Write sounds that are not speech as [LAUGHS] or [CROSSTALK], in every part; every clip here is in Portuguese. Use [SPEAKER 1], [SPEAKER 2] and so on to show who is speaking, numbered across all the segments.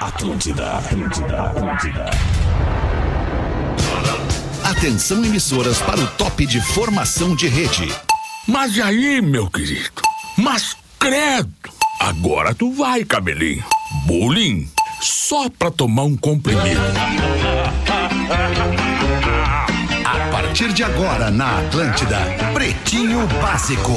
[SPEAKER 1] Atlântida, Atlântida, Atlântida. Atenção emissoras para o top de formação de rede.
[SPEAKER 2] Mas aí, meu querido? Mas credo! Agora tu vai, cabelinho. Bullying? Só pra tomar um comprimido.
[SPEAKER 1] A partir de agora na Atlântida, Pretinho Básico,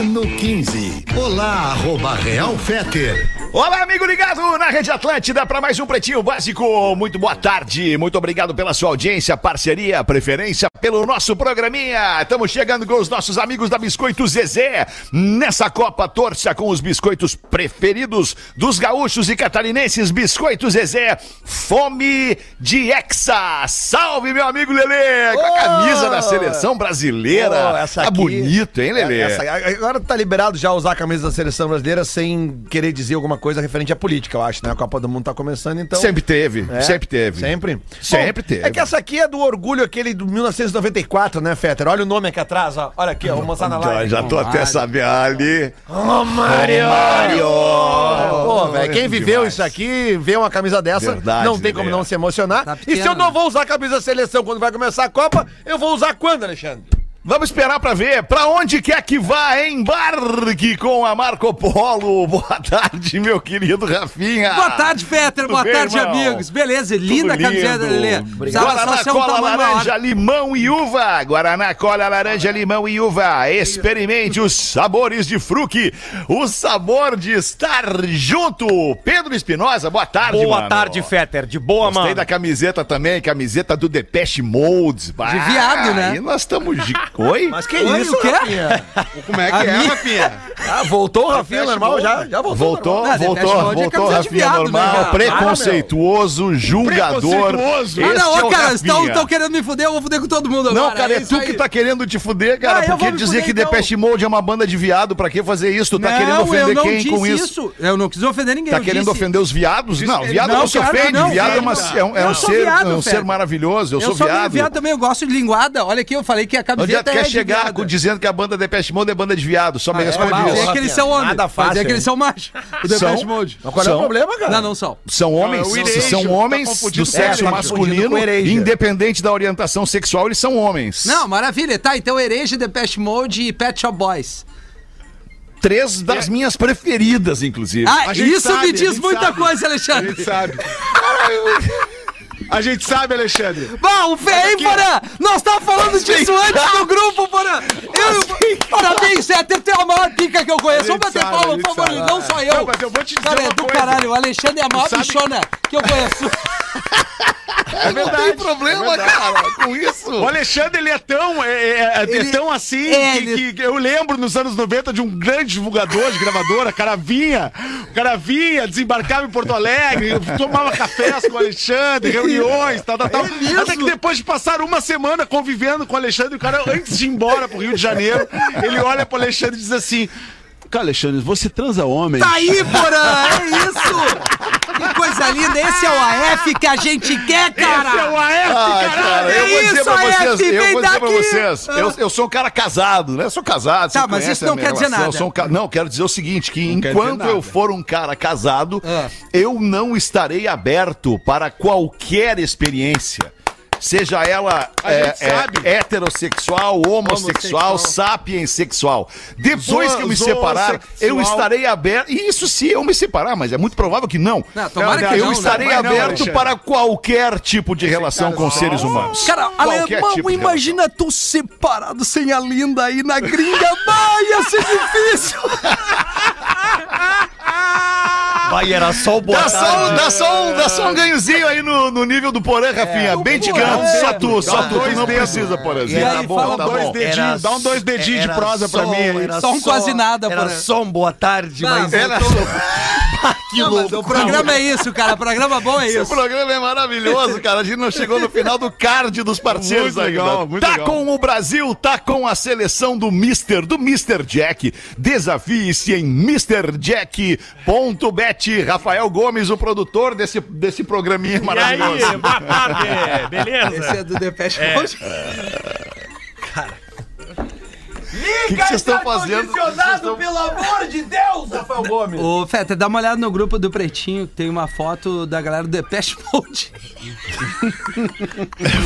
[SPEAKER 1] ano 15. Olá, arroba Real Feter.
[SPEAKER 3] Olá, amigo ligado na Rede Atlântida para mais um Pretinho Básico. Muito boa tarde, muito obrigado pela sua audiência, parceria, preferência pelo nosso programinha. Estamos chegando com os nossos amigos da Biscoito Zezé. Nessa Copa, torça com os biscoitos preferidos dos gaúchos e catarinenses. Biscoito Zezé, fome de hexa. Salve, meu amigo Lelê, com a camisa da seleção brasileira.
[SPEAKER 4] Ô, essa
[SPEAKER 3] tá
[SPEAKER 4] aqui- É,
[SPEAKER 3] bonito, hein, Lelê?
[SPEAKER 4] Essa- agora tá liberado já usar a camisa da seleção brasileira sem querer dizer alguma coisa referente à política, eu acho, né? A Copa do Mundo tá começando, então.
[SPEAKER 3] Sempre teve,
[SPEAKER 4] É,
[SPEAKER 3] sempre teve.
[SPEAKER 4] Sempre?
[SPEAKER 3] Sempre teve.
[SPEAKER 4] É que essa aqui é do orgulho aquele do 1994, né, Fetter? Olha o nome aqui atrás, ó. Olha aqui, ó. Vou mostrar na
[SPEAKER 3] Já,
[SPEAKER 4] live.
[SPEAKER 3] já tô até sabendo ali.
[SPEAKER 4] Ô, Mário! Pô, velho, quem
[SPEAKER 3] é
[SPEAKER 4] viveu
[SPEAKER 3] demais.
[SPEAKER 4] isso aqui, vê uma camisa dessa,
[SPEAKER 3] Verdade,
[SPEAKER 4] não tem como
[SPEAKER 3] Lelê.
[SPEAKER 4] não se emocionar.
[SPEAKER 5] Tá
[SPEAKER 4] e se eu
[SPEAKER 5] pequeno,
[SPEAKER 4] não
[SPEAKER 5] né?
[SPEAKER 4] vou usar a camisa da seleção quando vai começar a Copa, eu vou usar quando, Alexandre?
[SPEAKER 3] Vamos esperar pra ver pra onde quer que vá, embarque com a Marco Polo. [LAUGHS] Boa tarde, meu querido Rafinha.
[SPEAKER 5] Boa tarde, Fetter. Boa
[SPEAKER 3] bem,
[SPEAKER 5] tarde,
[SPEAKER 3] irmão?
[SPEAKER 5] amigos. Beleza, linda a
[SPEAKER 3] Tudo lindo.
[SPEAKER 5] camiseta, Lelê. Precisava só
[SPEAKER 3] Guaraná,
[SPEAKER 5] ser um
[SPEAKER 3] cola,
[SPEAKER 5] tamanho
[SPEAKER 3] laranja,
[SPEAKER 5] maior.
[SPEAKER 3] limão e uva. Guaraná, cola, laranja, limão e uva. Experimente os sabores de fruque. O sabor de estar junto. Pedro Espinosa, boa tarde,
[SPEAKER 6] Boa
[SPEAKER 3] mano.
[SPEAKER 6] tarde, Fetter. De boa,
[SPEAKER 3] Gostei
[SPEAKER 6] mano.
[SPEAKER 3] da camiseta também, camiseta do Depeche Mode. Bah,
[SPEAKER 5] De viado, né?
[SPEAKER 3] E nós estamos de... Oi?
[SPEAKER 4] Mas que
[SPEAKER 5] Oi,
[SPEAKER 4] isso,
[SPEAKER 5] o quê?
[SPEAKER 4] Rafinha?
[SPEAKER 7] Como é que
[SPEAKER 5] A
[SPEAKER 7] é,
[SPEAKER 5] minha-
[SPEAKER 7] Rafinha?
[SPEAKER 4] Ah, voltou o Rafinha normal já? Já voltou.
[SPEAKER 3] Voltou,
[SPEAKER 5] Não,
[SPEAKER 3] voltou,
[SPEAKER 5] Depeche Mode é
[SPEAKER 3] voltou,
[SPEAKER 5] camisa de
[SPEAKER 3] Rafinha
[SPEAKER 5] viado, né,
[SPEAKER 3] normal,
[SPEAKER 5] cara?
[SPEAKER 3] preconceituoso, julgador.
[SPEAKER 7] Preconceituoso.
[SPEAKER 5] Ah,
[SPEAKER 3] Esse
[SPEAKER 5] não,
[SPEAKER 3] é
[SPEAKER 5] ô,
[SPEAKER 3] o
[SPEAKER 5] cara,
[SPEAKER 3] Rafinha.
[SPEAKER 5] estão querendo me fuder, eu vou fuder com todo mundo agora.
[SPEAKER 3] Não, cara, é
[SPEAKER 5] isso
[SPEAKER 3] tu que
[SPEAKER 5] aí.
[SPEAKER 3] tá querendo te fuder, cara,
[SPEAKER 5] Ah, eu
[SPEAKER 3] porque
[SPEAKER 5] vou me
[SPEAKER 3] dizer
[SPEAKER 5] fuder,
[SPEAKER 3] que
[SPEAKER 5] então.
[SPEAKER 3] Depeche Mode é uma banda de viado, pra que fazer isso? Tu tá
[SPEAKER 5] não,
[SPEAKER 3] querendo
[SPEAKER 5] eu
[SPEAKER 3] ofender
[SPEAKER 5] não
[SPEAKER 3] quem
[SPEAKER 5] disse
[SPEAKER 3] com isso?
[SPEAKER 5] Eu não quis ofender ninguém.
[SPEAKER 3] Tá
[SPEAKER 5] eu
[SPEAKER 3] querendo
[SPEAKER 5] disse-
[SPEAKER 3] ofender os viados? Não, viado não,
[SPEAKER 5] Não,
[SPEAKER 3] se
[SPEAKER 5] cara,
[SPEAKER 3] ofende,
[SPEAKER 5] não,
[SPEAKER 3] viado é, uma-
[SPEAKER 5] viado.
[SPEAKER 3] é um, é um
[SPEAKER 5] Eu sou
[SPEAKER 3] ser,
[SPEAKER 5] viado,
[SPEAKER 3] é um ser
[SPEAKER 5] Fede.
[SPEAKER 3] maravilhoso, eu,
[SPEAKER 5] Eu
[SPEAKER 3] sou viado.
[SPEAKER 5] viado também, eu gosto de linguada. Olha aqui, eu falei que a
[SPEAKER 3] Onde é que
[SPEAKER 5] camiseta
[SPEAKER 3] tu
[SPEAKER 5] é
[SPEAKER 3] quer
[SPEAKER 5] de
[SPEAKER 3] chegar
[SPEAKER 5] viada.
[SPEAKER 3] com- dizendo que a banda Depeche Mode é banda de viado?
[SPEAKER 5] Ah,
[SPEAKER 3] Só me responde
[SPEAKER 4] mal,
[SPEAKER 3] isso.
[SPEAKER 5] Dizer que eles são homens.
[SPEAKER 4] Nada fácil,
[SPEAKER 5] Dizer que eles
[SPEAKER 4] hein?
[SPEAKER 5] são machos. O Depeche Mode.
[SPEAKER 4] Mas qual é o
[SPEAKER 3] São-
[SPEAKER 4] problema, cara?
[SPEAKER 7] tá
[SPEAKER 5] Não, não são.
[SPEAKER 3] São homens,
[SPEAKER 7] Não, é o
[SPEAKER 3] se
[SPEAKER 7] erasure,
[SPEAKER 3] são
[SPEAKER 7] tá
[SPEAKER 3] homens
[SPEAKER 7] confundido
[SPEAKER 3] do
[SPEAKER 7] com
[SPEAKER 3] sexo
[SPEAKER 4] erasure. Confundido
[SPEAKER 3] masculino,
[SPEAKER 4] com erasure.
[SPEAKER 3] independente da orientação sexual, eles são homens.
[SPEAKER 5] Não, maravilha. Tá, então Erege, Depeche Mode e Pet Shop Boys.
[SPEAKER 3] Três das minhas preferidas, inclusive.
[SPEAKER 5] é- Ah,
[SPEAKER 7] A gente
[SPEAKER 5] isso
[SPEAKER 7] sabe,
[SPEAKER 5] me
[SPEAKER 7] a
[SPEAKER 5] diz
[SPEAKER 7] gente
[SPEAKER 5] muita
[SPEAKER 7] sabe.
[SPEAKER 5] coisa,
[SPEAKER 7] A
[SPEAKER 5] Alexandre.
[SPEAKER 7] gente sabe. Cara, eu- A gente sabe, Alexandre.
[SPEAKER 5] Bom, o Fê, hein, Porã? Nós tava falando disso antes do grupo, Porã. Eu, parabéns, Zéter, tu é a maior pica que eu conheço.
[SPEAKER 7] A gente
[SPEAKER 5] Vamos bater
[SPEAKER 7] sabe, a
[SPEAKER 5] palma,
[SPEAKER 7] gente
[SPEAKER 5] por favor,
[SPEAKER 7] sabe.
[SPEAKER 5] não só eu.
[SPEAKER 7] Não, mas eu vou te dizer
[SPEAKER 5] Cara, é
[SPEAKER 7] uma
[SPEAKER 5] do
[SPEAKER 7] coisa.
[SPEAKER 5] caralho, o Alexandre é a maior
[SPEAKER 7] sabe-
[SPEAKER 5] bichona que eu conheço.
[SPEAKER 7] [LAUGHS] É verdade.
[SPEAKER 3] Não tem problema, cara, com isso.
[SPEAKER 7] O Alexandre, ele é tão, é, é- é- é
[SPEAKER 5] Ele-
[SPEAKER 7] tão assim
[SPEAKER 5] é,
[SPEAKER 7] que,
[SPEAKER 5] ele-
[SPEAKER 7] que eu lembro nos anos 90 de um grande divulgador de gravadora, cara vinha, o cara vinha, desembarcava em Porto Alegre, tomava cafés com o Alexandre, reuniões, tal,
[SPEAKER 4] É
[SPEAKER 7] tal, tal.
[SPEAKER 5] É
[SPEAKER 7] Até que depois de passar uma semana convivendo com o Alexandre, o cara, antes de ir embora pro Rio de Janeiro, ele olha pro Alexandre e diz assim... Cara, Alexandre, você transa homem.
[SPEAKER 5] Tá aí, Porã, é isso. Que coisa linda, esse é o AF que a gente quer, cara.
[SPEAKER 7] Esse é o AF,
[SPEAKER 3] Ah,
[SPEAKER 7] caralho!
[SPEAKER 3] cara, eu vou
[SPEAKER 5] é
[SPEAKER 3] dizer
[SPEAKER 5] isso,
[SPEAKER 3] pra vocês,
[SPEAKER 5] Aécio,
[SPEAKER 3] eu
[SPEAKER 5] vem
[SPEAKER 3] vou dizer pra
[SPEAKER 5] daqui. Ah.
[SPEAKER 3] vocês, eu, eu sou um cara casado, né? Eu sou casado.
[SPEAKER 5] Tá,
[SPEAKER 3] vocês
[SPEAKER 5] mas
[SPEAKER 3] conhecem
[SPEAKER 5] isso não
[SPEAKER 3] a minha
[SPEAKER 5] quer dizer
[SPEAKER 3] relação, eu
[SPEAKER 5] nada.
[SPEAKER 3] sou um ca- Não, quero dizer o seguinte, que
[SPEAKER 7] quer
[SPEAKER 3] enquanto
[SPEAKER 7] dizer
[SPEAKER 3] eu
[SPEAKER 7] nada.
[SPEAKER 3] for um cara casado,
[SPEAKER 5] É.
[SPEAKER 3] eu não estarei aberto para qualquer experiência. Seja ela
[SPEAKER 7] A
[SPEAKER 3] é,
[SPEAKER 7] gente
[SPEAKER 3] é,
[SPEAKER 7] sabe.
[SPEAKER 3] heterossexual, homossexual,
[SPEAKER 5] Homossexual.
[SPEAKER 3] sapiensexual. Depois
[SPEAKER 7] Zo-
[SPEAKER 3] que eu me separar, eu
[SPEAKER 7] zoossexual.
[SPEAKER 3] estarei aberto. E isso se eu me separar, mas é muito provável que não.
[SPEAKER 5] Não, tomara
[SPEAKER 3] eu
[SPEAKER 5] que não, né?
[SPEAKER 3] estarei
[SPEAKER 7] Mas não,
[SPEAKER 3] aberto
[SPEAKER 7] Alexandre.
[SPEAKER 3] para qualquer tipo de relação com seres humanos.
[SPEAKER 5] Cara,
[SPEAKER 3] Qualquer
[SPEAKER 5] alemão,
[SPEAKER 3] tipo de
[SPEAKER 5] imagina tu separado sem a linda aí na gringa. Vai, ia ser difícil.
[SPEAKER 4] Vai, era só o
[SPEAKER 3] Dá
[SPEAKER 4] boa
[SPEAKER 3] só, um- dá, só um, dá
[SPEAKER 7] É.
[SPEAKER 3] só um ganhozinho aí no, no nível do Porã, Rafinha. Bem de
[SPEAKER 5] Porã,
[SPEAKER 3] canto, só tu, só tu. Tu
[SPEAKER 7] dois
[SPEAKER 3] não
[SPEAKER 7] dedos.
[SPEAKER 3] precisa, Porãzinho.
[SPEAKER 5] E aí,
[SPEAKER 3] Tá bom,
[SPEAKER 5] fala
[SPEAKER 3] tá
[SPEAKER 7] dois
[SPEAKER 3] bom.
[SPEAKER 7] dedos. dedinhos, dá um dois dedinhos de
[SPEAKER 4] era
[SPEAKER 7] prosa pra
[SPEAKER 4] Tá só-
[SPEAKER 7] mim aí.
[SPEAKER 4] era
[SPEAKER 5] Só um quase nada,
[SPEAKER 4] Era
[SPEAKER 5] porra.
[SPEAKER 4] só um boa tarde, mas... [LAUGHS]
[SPEAKER 5] Não,
[SPEAKER 4] Era... que
[SPEAKER 5] Não, mas
[SPEAKER 4] louco.
[SPEAKER 5] o programa é isso, cara. O programa bom é
[SPEAKER 3] Esse
[SPEAKER 5] isso.
[SPEAKER 3] programa é maravilhoso, cara. A gente não chegou no final do card dos parceiros
[SPEAKER 7] Muito legal,
[SPEAKER 3] ainda.
[SPEAKER 7] muito
[SPEAKER 3] tá
[SPEAKER 7] legal.
[SPEAKER 3] com o Brasil, tá com a seleção do Mister, do Mr. Jack. Desafie-se em MrJack.bet. Rafael Gomes, o produtor desse, desse programinha
[SPEAKER 8] E aí,
[SPEAKER 3] maravilhoso.
[SPEAKER 8] boa tarde, beleza?
[SPEAKER 5] Esse é do Depeche Mode.
[SPEAKER 3] que que vocês estão fazendo?
[SPEAKER 6] pelo amor de Deus, Rafael Gomes.
[SPEAKER 5] Ô, Feta, dá uma olhada no grupo do Pretinho, tem uma foto da galera do Depeche Mode.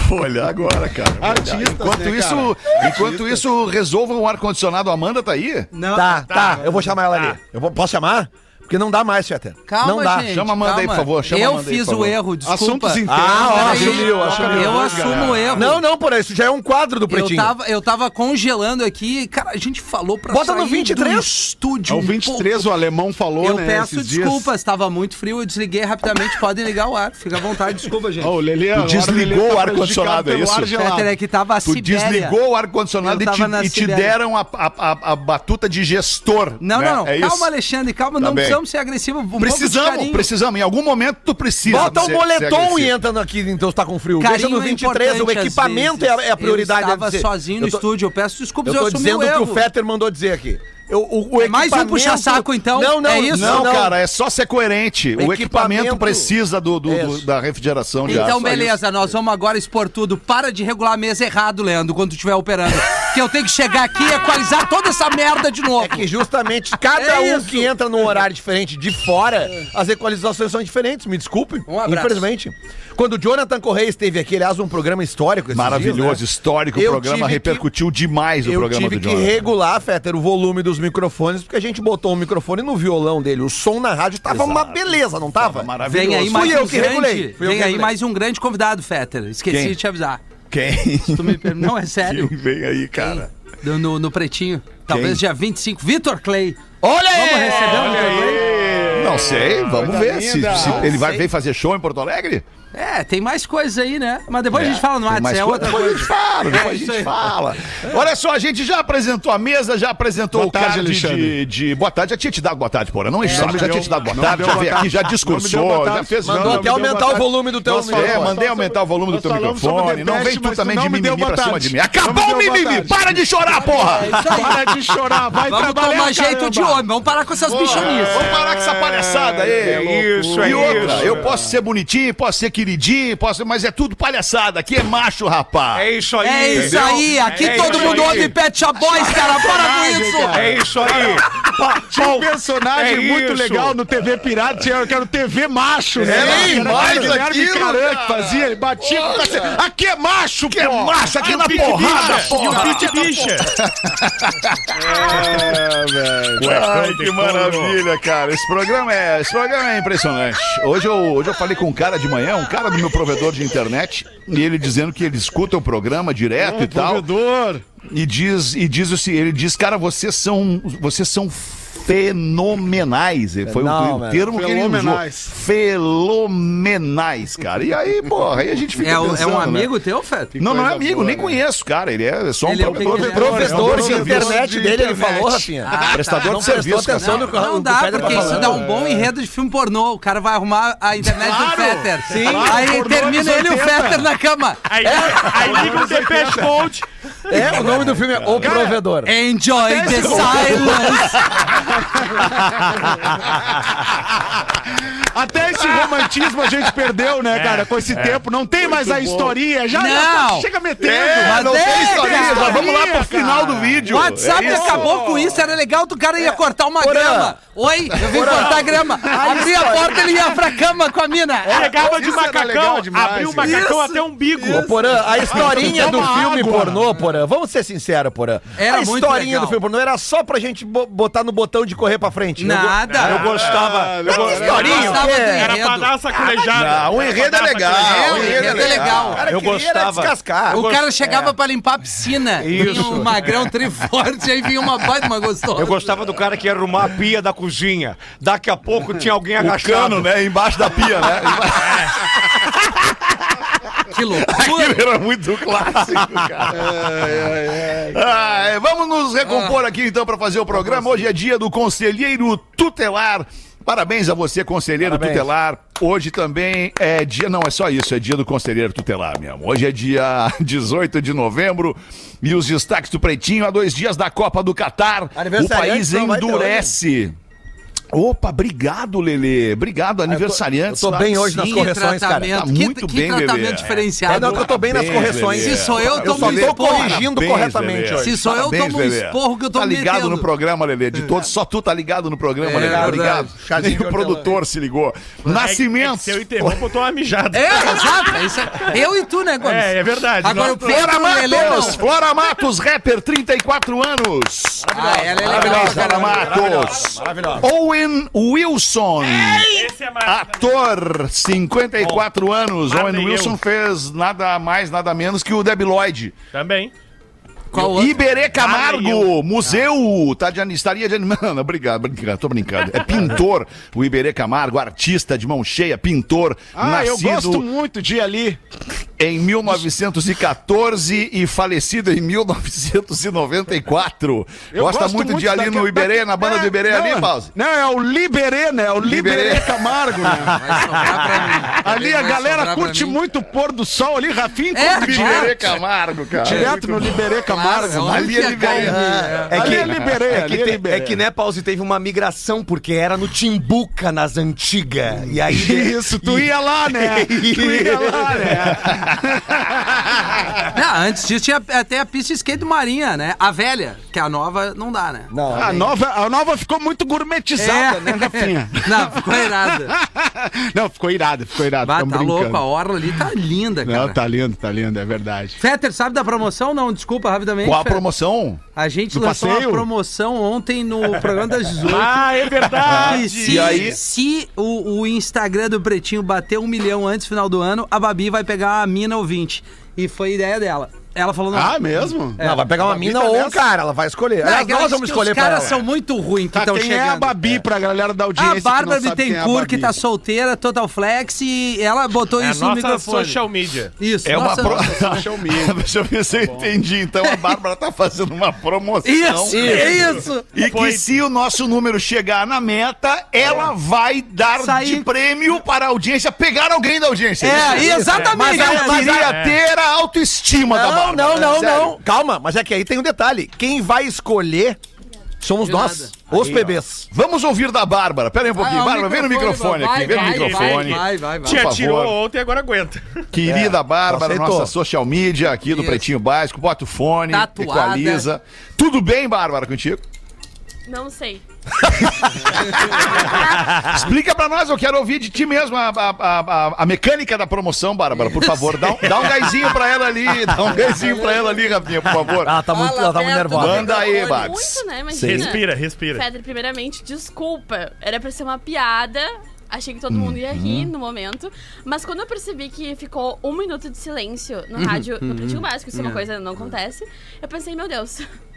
[SPEAKER 3] Vou olhar agora, cara.
[SPEAKER 7] Artistas,
[SPEAKER 3] enquanto
[SPEAKER 7] né,
[SPEAKER 3] isso, enquanto isso, resolvam o ar-condicionado. Amanda tá aí?
[SPEAKER 5] Não,
[SPEAKER 4] Tá, tá, eu vou chamar ela ali. Eu vou- posso chamar? Porque não dá mais, Fetter.
[SPEAKER 5] Calma,
[SPEAKER 4] não dá.
[SPEAKER 5] gente.
[SPEAKER 3] Chama a Amanda aí,
[SPEAKER 5] calma.
[SPEAKER 3] por favor, chama a
[SPEAKER 5] eu
[SPEAKER 3] Amanda aí,
[SPEAKER 5] fiz
[SPEAKER 3] por
[SPEAKER 5] o
[SPEAKER 3] favor.
[SPEAKER 5] erro, desculpa.
[SPEAKER 7] Assuntos internos.
[SPEAKER 4] Ah, ó,
[SPEAKER 5] Peraí,
[SPEAKER 4] assumiu, assumiu.
[SPEAKER 7] é
[SPEAKER 5] Eu assumo o erro.
[SPEAKER 4] Não, não, porra, isso já é um quadro do
[SPEAKER 5] Eu
[SPEAKER 4] Pretinho.
[SPEAKER 5] tava, eu tava congelando aqui, cara, a gente falou pra
[SPEAKER 4] Bota no
[SPEAKER 5] sair
[SPEAKER 4] 23.
[SPEAKER 5] do estúdio.
[SPEAKER 7] É o
[SPEAKER 5] um
[SPEAKER 7] 23, o alemão falou,
[SPEAKER 5] pouco. Eu
[SPEAKER 7] né?
[SPEAKER 5] peço
[SPEAKER 7] esses dias.
[SPEAKER 5] desculpas, estava muito frio, eu desliguei rapidamente, podem ligar o ar, fica à vontade, desculpa, gente.
[SPEAKER 3] [LAUGHS]
[SPEAKER 7] Ó, o Lelê, agora
[SPEAKER 3] desligou
[SPEAKER 7] Lelê
[SPEAKER 3] o ar-condicionado,
[SPEAKER 7] prejudicado
[SPEAKER 3] é isso?
[SPEAKER 7] pelo ar gelado.
[SPEAKER 5] Fetter, é que tava a
[SPEAKER 3] Tu
[SPEAKER 5] Sibéria.
[SPEAKER 3] desligou o ar-condicionado
[SPEAKER 5] Eu
[SPEAKER 3] e,
[SPEAKER 5] tava
[SPEAKER 3] te-
[SPEAKER 5] na
[SPEAKER 3] e te
[SPEAKER 5] Sibéria.
[SPEAKER 3] deram a, a- a- a batuta de gestor.
[SPEAKER 5] Não,
[SPEAKER 3] né?
[SPEAKER 5] não, não.
[SPEAKER 3] É isso?
[SPEAKER 5] calma, Alexandre, calma,
[SPEAKER 3] Tá
[SPEAKER 5] não
[SPEAKER 3] bem.
[SPEAKER 5] precisamos ser agressivos. Um pouco de
[SPEAKER 3] Precisamos,
[SPEAKER 5] carinho. um
[SPEAKER 3] precisamos. Em algum momento tu precisa. é-
[SPEAKER 4] Bota o
[SPEAKER 3] ser- ser
[SPEAKER 4] moletom
[SPEAKER 3] agressivo.
[SPEAKER 4] e entra no- aqui, então se tá com frio.
[SPEAKER 5] Carinho
[SPEAKER 4] Deixa no
[SPEAKER 5] é
[SPEAKER 4] 23, o
[SPEAKER 5] importante às
[SPEAKER 4] equipamento é a,
[SPEAKER 5] vezes.
[SPEAKER 4] é a prioridade.
[SPEAKER 5] Eu estava
[SPEAKER 4] é dizer.
[SPEAKER 5] sozinho no
[SPEAKER 4] Eu tô-
[SPEAKER 5] estúdio, eu peço desculpas,
[SPEAKER 4] Eu
[SPEAKER 5] eu,
[SPEAKER 4] tô
[SPEAKER 5] assumi
[SPEAKER 4] dizendo
[SPEAKER 5] o
[SPEAKER 4] o que
[SPEAKER 5] erro.
[SPEAKER 4] o Fetter mandou dizer aqui. Eu, o, o
[SPEAKER 5] É mais um
[SPEAKER 4] equipamento-
[SPEAKER 5] puxa-saco, então?
[SPEAKER 4] Não, não,
[SPEAKER 5] É isso?
[SPEAKER 3] Não,
[SPEAKER 4] não,
[SPEAKER 3] cara, é só ser coerente. O equipamento
[SPEAKER 4] Equipamento-
[SPEAKER 3] precisa do, do- do-
[SPEAKER 4] Isso.
[SPEAKER 3] da refrigeração de ar.
[SPEAKER 5] Então,
[SPEAKER 3] só
[SPEAKER 5] beleza, nós vamos agora expor tudo. Para de regular a mesa errado, Leandro, quando estiver operando. que eu tenho que chegar aqui e equalizar toda essa merda de novo.
[SPEAKER 4] É que justamente cada
[SPEAKER 5] [LAUGHS] É
[SPEAKER 4] um
[SPEAKER 5] isso.
[SPEAKER 4] que entra num horário diferente de fora, as equalizações são diferentes, me desculpem.
[SPEAKER 5] Um abraço.
[SPEAKER 4] Infelizmente. Quando o Jonathan Correia esteve aqui, aliás, um programa histórico esses
[SPEAKER 3] Maravilhoso,
[SPEAKER 4] dias, né?
[SPEAKER 3] histórico.
[SPEAKER 4] Eu
[SPEAKER 3] o programa
[SPEAKER 4] tive que-
[SPEAKER 3] repercutiu demais o
[SPEAKER 4] Eu
[SPEAKER 3] programa
[SPEAKER 4] tive
[SPEAKER 3] do
[SPEAKER 4] que
[SPEAKER 3] Jonathan.
[SPEAKER 4] regular, Fetter, o volume dos microfones, porque a gente botou o microfone no violão dele. O som na rádio tava uma beleza, não tava?
[SPEAKER 3] Tá Maravilhoso.
[SPEAKER 5] Vem aí
[SPEAKER 4] Fui
[SPEAKER 5] mais
[SPEAKER 4] eu
[SPEAKER 5] um
[SPEAKER 4] que
[SPEAKER 5] grande,
[SPEAKER 4] regulei, fui eu
[SPEAKER 5] vem
[SPEAKER 4] que
[SPEAKER 5] aí
[SPEAKER 4] regulei.
[SPEAKER 5] mais um grande convidado, Fetter. Esqueci
[SPEAKER 3] Quem?
[SPEAKER 5] de te avisar.
[SPEAKER 3] [LAUGHS] Quem?
[SPEAKER 5] Tu me per- Não, é sério.
[SPEAKER 3] Quem vem aí, cara?
[SPEAKER 5] Do- No, no pretinho. Talvez dia 25. Vitor Clay.
[SPEAKER 4] Olha aí!
[SPEAKER 5] Vamos receber um- o Vitor Clay?
[SPEAKER 3] Não sei, vamos ver. Se, se ele vai vir fazer show em Porto Alegre?
[SPEAKER 5] É, tem mais coisas aí, né? Mas depois a gente fala no
[SPEAKER 3] Tem
[SPEAKER 5] WhatsApp.
[SPEAKER 3] mais
[SPEAKER 5] É
[SPEAKER 3] coisa?
[SPEAKER 5] outra
[SPEAKER 3] Depois
[SPEAKER 5] coisa.
[SPEAKER 3] a gente fala, depois a
[SPEAKER 5] isso
[SPEAKER 3] gente
[SPEAKER 5] aí.
[SPEAKER 3] fala. Olha só, a gente já apresentou a mesa, já apresentou
[SPEAKER 7] Boa
[SPEAKER 3] o card
[SPEAKER 7] tarde,
[SPEAKER 3] de,
[SPEAKER 7] Alexandre.
[SPEAKER 3] de- Boa tarde, já tinha te dado boa tarde, porra. Não enche o saco,
[SPEAKER 7] não
[SPEAKER 3] já
[SPEAKER 7] deu-
[SPEAKER 3] tinha te dado boa
[SPEAKER 7] não
[SPEAKER 3] tarde,
[SPEAKER 7] deu
[SPEAKER 3] já
[SPEAKER 7] boa
[SPEAKER 3] veio aqui,
[SPEAKER 7] tarde.
[SPEAKER 3] já
[SPEAKER 7] Não me deu
[SPEAKER 3] discursou,
[SPEAKER 7] boa
[SPEAKER 3] já
[SPEAKER 7] tarde.
[SPEAKER 3] fez...
[SPEAKER 7] Mandou
[SPEAKER 3] não,
[SPEAKER 4] até
[SPEAKER 3] não me deu
[SPEAKER 4] aumentar
[SPEAKER 3] boa tarde.
[SPEAKER 4] o volume do teu
[SPEAKER 3] Nós falamos-
[SPEAKER 4] microfone.
[SPEAKER 3] É, mandei aumentar o volume do
[SPEAKER 7] Nós
[SPEAKER 3] teu
[SPEAKER 7] falamos sobre
[SPEAKER 3] microfone. Não
[SPEAKER 7] Depeche,
[SPEAKER 3] vem tu
[SPEAKER 7] mas
[SPEAKER 3] também
[SPEAKER 7] não
[SPEAKER 3] de
[SPEAKER 7] me deu
[SPEAKER 3] mimimi pra
[SPEAKER 7] boa
[SPEAKER 3] cima
[SPEAKER 7] tarde.
[SPEAKER 3] de mim.
[SPEAKER 7] Não me
[SPEAKER 3] Acabou o
[SPEAKER 7] deu boa
[SPEAKER 3] mimimi!
[SPEAKER 7] tarde.
[SPEAKER 3] Para de chorar,
[SPEAKER 5] É
[SPEAKER 3] porra!
[SPEAKER 5] isso aí.
[SPEAKER 7] Para de chorar, vai
[SPEAKER 5] Vamos
[SPEAKER 7] trabalhar,
[SPEAKER 5] tomar jeito de
[SPEAKER 7] caramba.
[SPEAKER 5] homem, vamos parar com essas bichonices.
[SPEAKER 3] Vamos parar com essa palhaçada aí.
[SPEAKER 7] isso,
[SPEAKER 3] É, e
[SPEAKER 7] é
[SPEAKER 3] outra,
[SPEAKER 7] isso.
[SPEAKER 3] eu posso ser bonitinho, posso ser queridinho, posso ser- mas é tudo palhaçada. Aqui é macho, rapaz.
[SPEAKER 6] É isso aí.
[SPEAKER 5] É isso
[SPEAKER 6] entendeu?
[SPEAKER 5] aí, aqui
[SPEAKER 6] É
[SPEAKER 5] todo
[SPEAKER 6] isso
[SPEAKER 5] mundo
[SPEAKER 6] aí.
[SPEAKER 5] ouve Pet Shop Boys, cara, para com isso!
[SPEAKER 6] É isso aí.
[SPEAKER 7] Tinha um personagem
[SPEAKER 6] É
[SPEAKER 7] muito
[SPEAKER 6] isso.
[SPEAKER 7] legal no TV Pirata, tinha- eu quero TV macho, né?
[SPEAKER 3] É,
[SPEAKER 7] Era
[SPEAKER 3] hein,
[SPEAKER 7] o
[SPEAKER 3] mais
[SPEAKER 7] Guilherme
[SPEAKER 3] aquilo,
[SPEAKER 7] Caran
[SPEAKER 3] cara.
[SPEAKER 7] que fazia, ele batia com cacete. Aqui é macho,
[SPEAKER 3] Que é
[SPEAKER 7] pô!
[SPEAKER 3] macho aqui
[SPEAKER 7] Ah,
[SPEAKER 3] na
[SPEAKER 7] o Pit
[SPEAKER 3] porrada,
[SPEAKER 7] Bicha.
[SPEAKER 3] porra. É,
[SPEAKER 7] E o Pit Bicha.
[SPEAKER 3] Ai, É, que maravilha, cara. Esse programa é, esse programa é impressionante. Hoje eu, hoje eu falei com um cara de manhã, um cara do meu provedor de internet, e ele dizendo que ele escuta o programa direto e
[SPEAKER 7] Então,
[SPEAKER 3] tal.
[SPEAKER 7] Provedor.
[SPEAKER 3] E diz, e diz assim, ele diz, cara, vocês são, vocês são fenomenais. Ele Foi o,
[SPEAKER 4] Fenomenal.
[SPEAKER 3] o termo que ele usou.
[SPEAKER 7] Fenomenais.
[SPEAKER 3] Fenomenais, cara. E aí, porra, aí a gente fica
[SPEAKER 5] É, um- é
[SPEAKER 3] pensando,
[SPEAKER 5] um
[SPEAKER 3] né?
[SPEAKER 5] amigo teu, Feta?
[SPEAKER 3] Não, não é
[SPEAKER 7] coisa
[SPEAKER 3] amigo,
[SPEAKER 7] boa,
[SPEAKER 3] nem
[SPEAKER 7] né?
[SPEAKER 3] conheço, cara. Ele é só um
[SPEAKER 5] Ele é o
[SPEAKER 3] provedor de
[SPEAKER 5] que- né?
[SPEAKER 3] internet.
[SPEAKER 4] Professor
[SPEAKER 7] É um
[SPEAKER 4] de internet
[SPEAKER 7] de
[SPEAKER 4] dele, ele
[SPEAKER 7] internet.
[SPEAKER 4] falou, Rafinha.
[SPEAKER 3] Prestador
[SPEAKER 4] não
[SPEAKER 3] de
[SPEAKER 4] prestou
[SPEAKER 3] serviço,
[SPEAKER 4] atenção
[SPEAKER 3] cara.
[SPEAKER 4] no que o-
[SPEAKER 5] Ah, tá. Não
[SPEAKER 4] o
[SPEAKER 5] dá,
[SPEAKER 4] Feder tá
[SPEAKER 5] porque isso
[SPEAKER 4] falando.
[SPEAKER 5] dá um bom enredo de filme pornô. O cara vai arrumar a internet do Fetter.
[SPEAKER 7] Claro,
[SPEAKER 5] Aí
[SPEAKER 7] pornô
[SPEAKER 5] termina
[SPEAKER 7] anos
[SPEAKER 5] ele e o
[SPEAKER 7] 80.
[SPEAKER 5] Fetter na cama.
[SPEAKER 6] Aí, aí
[SPEAKER 7] então,
[SPEAKER 6] liga o Depeche Mode.
[SPEAKER 4] É, o nome do filme é O Provedor.
[SPEAKER 5] Enjoy the silence.
[SPEAKER 7] Até esse romantismo a gente perdeu, né,
[SPEAKER 6] É,
[SPEAKER 7] cara? Com esse tempo, não tem mais a historinha. Já, já
[SPEAKER 5] Não.
[SPEAKER 7] chega metendo.
[SPEAKER 5] Mas
[SPEAKER 3] não tem
[SPEAKER 5] é,
[SPEAKER 3] historinha,
[SPEAKER 5] cara.
[SPEAKER 3] mas vamos lá pro final do
[SPEAKER 5] O
[SPEAKER 3] vídeo.
[SPEAKER 5] WhatsApp
[SPEAKER 3] É isso.
[SPEAKER 5] acabou com isso, era legal do cara ia cortar uma
[SPEAKER 4] Porã.
[SPEAKER 5] grama. Oi, eu vim cortar a grama. Abri a porta, ele ia pra cama com a mina.
[SPEAKER 6] Pegava de
[SPEAKER 7] Isso era
[SPEAKER 6] macacão,
[SPEAKER 7] legal demais,
[SPEAKER 6] abriu o
[SPEAKER 7] cara.
[SPEAKER 6] macacão até o umbigo.
[SPEAKER 4] Ô, Porã,
[SPEAKER 5] [LAUGHS]
[SPEAKER 4] a historinha do
[SPEAKER 7] Toma
[SPEAKER 4] filme
[SPEAKER 7] água.
[SPEAKER 4] pornô, Porã, vamos ser sinceros, Porã.
[SPEAKER 5] Era
[SPEAKER 4] a
[SPEAKER 5] muito
[SPEAKER 4] historinha
[SPEAKER 5] legal.
[SPEAKER 4] do filme pornô era só pra gente bo- botar no botão de correr pra frente.
[SPEAKER 5] Nada.
[SPEAKER 6] Eu gostava. eu
[SPEAKER 4] Eu, go-
[SPEAKER 6] gostava-
[SPEAKER 4] historinha,
[SPEAKER 5] Eu gostava
[SPEAKER 4] o quê?
[SPEAKER 5] do
[SPEAKER 6] Era
[SPEAKER 5] enredo.
[SPEAKER 6] pra dar uma sacolejada.
[SPEAKER 7] Ah, um
[SPEAKER 3] Não, o
[SPEAKER 6] Era pra
[SPEAKER 3] enredo é
[SPEAKER 6] dar uma
[SPEAKER 3] legal,
[SPEAKER 5] É,
[SPEAKER 6] sacolejada.
[SPEAKER 3] o
[SPEAKER 5] o
[SPEAKER 3] enredo
[SPEAKER 5] enredo é legal.
[SPEAKER 4] eu gostava. descascar.
[SPEAKER 5] O cara chegava pra limpar a piscina, vinha um magrão triforte, aí vinha uma baita, uma gostosa.
[SPEAKER 6] Eu gostava do cara que ia arrumar a pia da cozinha. Daqui a pouco tinha alguém
[SPEAKER 3] O cano,
[SPEAKER 6] agachado. É
[SPEAKER 3] né? Embaixo da pia, né?
[SPEAKER 5] Que loucura.
[SPEAKER 3] Aquilo [LAUGHS] era muito clássico, cara. Ah, é, vamos nos recompor aqui então para fazer o programa. Hoje é dia do conselheiro tutelar. Parabéns a você, conselheiro tutelar. Hoje também é dia. Não, é só isso, é dia do conselheiro tutelar mesmo. Hoje é dia [LAUGHS] 18 de novembro e os destaques do Pretinho há dois dias da Copa do Catar. O
[SPEAKER 4] Aniversariante
[SPEAKER 3] país
[SPEAKER 4] não vai ter
[SPEAKER 3] endurece. Opa, obrigado, Lele. Obrigado,
[SPEAKER 4] Ah, Eu
[SPEAKER 3] aniversariante.
[SPEAKER 4] tô bem hoje nas correções, cara.
[SPEAKER 5] tratamento,
[SPEAKER 3] Tá
[SPEAKER 5] que,
[SPEAKER 3] muito
[SPEAKER 5] que
[SPEAKER 3] bem, bebê.
[SPEAKER 5] tratamento
[SPEAKER 3] É.
[SPEAKER 4] É,
[SPEAKER 5] diferenciado.
[SPEAKER 4] não, que eu tô bem nas
[SPEAKER 3] Parabéns,
[SPEAKER 4] correções.
[SPEAKER 3] Lele.
[SPEAKER 5] Se sou eu,
[SPEAKER 4] eu
[SPEAKER 5] tomo
[SPEAKER 4] só
[SPEAKER 5] um
[SPEAKER 4] tô
[SPEAKER 5] esporro.
[SPEAKER 4] corrigindo
[SPEAKER 3] Parabéns,
[SPEAKER 4] corretamente
[SPEAKER 3] Lele.
[SPEAKER 4] hoje.
[SPEAKER 5] Se sou eu,
[SPEAKER 3] Parabéns,
[SPEAKER 5] tomo um
[SPEAKER 3] Lelê.
[SPEAKER 5] esporro que eu tô
[SPEAKER 3] Tá
[SPEAKER 5] me
[SPEAKER 3] ligado
[SPEAKER 5] metendo. É.
[SPEAKER 3] no programa, Lelê. De todos, só tu tá ligado no programa, Lelê.
[SPEAKER 5] verdade.
[SPEAKER 3] Obrigado.
[SPEAKER 4] Chazinho
[SPEAKER 3] Nem
[SPEAKER 4] de
[SPEAKER 3] o
[SPEAKER 4] hortelã.
[SPEAKER 3] produtor se ligou. Nascimento.
[SPEAKER 8] Se eu interrompo, eu tô uma mijada.
[SPEAKER 5] É, exato. é isso aí. eu e tu, né, Gomes?
[SPEAKER 8] É, é verdade.
[SPEAKER 5] Agora
[SPEAKER 8] Nós-
[SPEAKER 5] o Pedro
[SPEAKER 3] Flora
[SPEAKER 5] e o Lelê não.
[SPEAKER 3] Matos, Flora Matos, rapper, 34 anos.
[SPEAKER 5] Ah, ela é legal,
[SPEAKER 3] Maravilhosa, Flora Matos.
[SPEAKER 7] Ah,
[SPEAKER 3] Owen Wilson,
[SPEAKER 8] Esse é mais.
[SPEAKER 3] ator, 54 anos.
[SPEAKER 8] Ah,
[SPEAKER 3] Owen
[SPEAKER 8] nem
[SPEAKER 3] Wilson
[SPEAKER 8] eu.
[SPEAKER 3] fez nada mais, nada menos que o Debi Lloyd.
[SPEAKER 8] Também.
[SPEAKER 5] Qual outro?
[SPEAKER 3] Iberê
[SPEAKER 8] Ah,
[SPEAKER 3] Camargo, museu, tá de, an- estaria de [LAUGHS] animando. Obrigado, brincando, tô brincando. É pintor, o Iberê Camargo, artista de mão cheia, pintor,
[SPEAKER 7] Ah, eu
[SPEAKER 3] nascido
[SPEAKER 7] gosto muito de ir ali.
[SPEAKER 3] em 1914 e falecido em 1994.
[SPEAKER 7] Eu
[SPEAKER 3] Gosta
[SPEAKER 7] gosto
[SPEAKER 3] muito, de ir ali
[SPEAKER 7] daque-
[SPEAKER 3] no Iberê,
[SPEAKER 7] da-
[SPEAKER 3] na banda
[SPEAKER 7] é,
[SPEAKER 3] do Iberê
[SPEAKER 7] não,
[SPEAKER 3] ali, Pause.
[SPEAKER 7] Não, é o Liberê, né? É o Liberê,
[SPEAKER 3] Liberê.
[SPEAKER 7] Camargo,
[SPEAKER 5] [LAUGHS]
[SPEAKER 7] né?
[SPEAKER 5] Vai sobrar pra mim.
[SPEAKER 7] ali a
[SPEAKER 5] Vai
[SPEAKER 7] galera
[SPEAKER 5] sobrar pra
[SPEAKER 7] curte
[SPEAKER 5] mim.
[SPEAKER 7] muito o pôr do sol ali, Rafinha.
[SPEAKER 5] né? É,
[SPEAKER 7] curte
[SPEAKER 5] claro.
[SPEAKER 3] Iberê Camargo, cara.
[SPEAKER 7] Direto no Liberê Camargo. né?
[SPEAKER 5] Claro,
[SPEAKER 7] Mas
[SPEAKER 5] onde
[SPEAKER 3] Ali é
[SPEAKER 5] que
[SPEAKER 3] Iberê.
[SPEAKER 5] cai?
[SPEAKER 6] É
[SPEAKER 7] ali
[SPEAKER 6] que-
[SPEAKER 7] é Liberê,
[SPEAKER 6] É
[SPEAKER 7] ali
[SPEAKER 6] que,
[SPEAKER 7] é
[SPEAKER 6] te-
[SPEAKER 7] Liberê.
[SPEAKER 6] é que, né, Pause, teve uma migração, porque era no Timbuca, nas antigas. E aí...
[SPEAKER 7] Isso, tu ia lá,
[SPEAKER 3] [LAUGHS]
[SPEAKER 7] né? tu ia lá, né?
[SPEAKER 5] Não, antes disso tinha até a pista de skate marinha, né? A velha, que a nova não dá, né?
[SPEAKER 4] Não,
[SPEAKER 7] A nova, a nova ficou muito gourmetizada,
[SPEAKER 5] É. [LAUGHS]
[SPEAKER 7] né, Rafinha?
[SPEAKER 5] Não, ficou irada.
[SPEAKER 7] Não, ficou irado, ficou irado.
[SPEAKER 5] Bah, tá
[SPEAKER 7] tamo brincando.
[SPEAKER 5] louco, a orla ali tá linda, cara.
[SPEAKER 7] Não, tá lindo, tá lindo, é verdade.
[SPEAKER 5] Fetter, sabe da promoção? Não, desculpa, rapidamente.
[SPEAKER 3] Qual a
[SPEAKER 5] Fetter.
[SPEAKER 3] promoção?
[SPEAKER 5] A gente
[SPEAKER 7] Do
[SPEAKER 5] lançou
[SPEAKER 7] passeio?
[SPEAKER 5] uma promoção ontem no programa das 18.
[SPEAKER 8] Ah, é
[SPEAKER 5] E
[SPEAKER 9] [LAUGHS]
[SPEAKER 8] verdade.
[SPEAKER 5] se,
[SPEAKER 3] E aí?
[SPEAKER 5] se o, o Instagram do Pretinho bater um milhão antes do final do ano, a Babi vai pegar a mina ouvinte. E foi ideia dela. Ela falou, não, é,
[SPEAKER 7] Ah, mesmo?
[SPEAKER 4] Não, vai pegar uma mina
[SPEAKER 7] tá
[SPEAKER 4] ou um
[SPEAKER 7] nessa.
[SPEAKER 4] cara, ela vai escolher.
[SPEAKER 5] não, é
[SPEAKER 4] Aliás,
[SPEAKER 5] que ela
[SPEAKER 4] nós
[SPEAKER 5] disse
[SPEAKER 4] vamos
[SPEAKER 5] que
[SPEAKER 4] escolher
[SPEAKER 5] os
[SPEAKER 4] pra
[SPEAKER 5] caras
[SPEAKER 4] ela.
[SPEAKER 5] são muito ruins que
[SPEAKER 7] Tá,
[SPEAKER 5] estão
[SPEAKER 7] quem
[SPEAKER 5] chegando.
[SPEAKER 7] é a Babi pra galera da audiência?
[SPEAKER 5] A Bárbara
[SPEAKER 7] que não sabe quem é a
[SPEAKER 5] Bittencourt, que tá
[SPEAKER 7] Babi?
[SPEAKER 5] solteira, total flex, e ela botou
[SPEAKER 8] É a
[SPEAKER 5] isso no
[SPEAKER 8] nossa
[SPEAKER 5] microfone.
[SPEAKER 8] social media.
[SPEAKER 5] Isso,
[SPEAKER 3] É uma
[SPEAKER 5] nossa-
[SPEAKER 3] pro... [LAUGHS] Deixa eu ver se eu entendi. Então a Bárbara tá fazendo uma promoção.
[SPEAKER 5] Isso, é isso.
[SPEAKER 3] E que se o nosso número chegar na meta, ela vai dar
[SPEAKER 5] Sair-
[SPEAKER 3] de prêmio para a audiência, pegar alguém da audiência.
[SPEAKER 5] É, exatamente.
[SPEAKER 4] Mas
[SPEAKER 5] né?
[SPEAKER 4] ela-
[SPEAKER 3] Eu
[SPEAKER 4] mas
[SPEAKER 3] queria
[SPEAKER 4] a-
[SPEAKER 3] ter a autoestima da
[SPEAKER 4] Não,
[SPEAKER 3] Bárbara. né?
[SPEAKER 4] não, não,
[SPEAKER 3] Sério.
[SPEAKER 4] não. Calma, mas é que aí tem um detalhe. Quem vai escolher somos
[SPEAKER 5] De
[SPEAKER 4] nós,
[SPEAKER 5] nada.
[SPEAKER 4] os bebês.
[SPEAKER 3] Vamos ouvir da Bárbara. Pera aí um pouquinho.
[SPEAKER 5] Ah, o
[SPEAKER 3] Bárbara, vem no microfone
[SPEAKER 5] vai,
[SPEAKER 3] aqui. Vem no
[SPEAKER 5] vai,
[SPEAKER 3] microfone.
[SPEAKER 5] Vai, vai, vai.
[SPEAKER 8] Te
[SPEAKER 3] por
[SPEAKER 8] atirou
[SPEAKER 3] favor.
[SPEAKER 8] ontem,
[SPEAKER 9] [LAUGHS]
[SPEAKER 8] agora aguenta.
[SPEAKER 3] Querida Bárbara,
[SPEAKER 4] aceitou.
[SPEAKER 3] nossa social media aqui do
[SPEAKER 5] É, Isso. Tá
[SPEAKER 3] Pretinho Básico. Bota o fone,
[SPEAKER 5] Tatuada.
[SPEAKER 3] equaliza. Tudo bem, Bárbara, contigo?
[SPEAKER 10] Não sei.
[SPEAKER 5] Ah.
[SPEAKER 3] Explica pra nós, eu quero ouvir de ti mesmo a, a- a- a- a mecânica da promoção, Bárbara, por favor. Dá, um- dá um gásinho pra ela ali, dá um gásinho pra ela ali, Rafinha, por favor.
[SPEAKER 4] Ela tá muito,
[SPEAKER 5] Fala
[SPEAKER 4] ela tá muito
[SPEAKER 5] perto do
[SPEAKER 4] nervosa.
[SPEAKER 3] Manda aí, Babs.
[SPEAKER 10] Muito, né? Imagina.
[SPEAKER 8] Respira, respira.
[SPEAKER 10] Fedra, primeiramente, desculpa. Era pra ser uma piada. Achei que todo mundo ia rir
[SPEAKER 3] Uhum.
[SPEAKER 10] no momento. Mas quando eu percebi que ficou um minuto de silêncio
[SPEAKER 3] Uhum.
[SPEAKER 10] no rádio, no Pretinho Básico, isso é uma coisa que não acontece, eu pensei, meu Deus, [LAUGHS]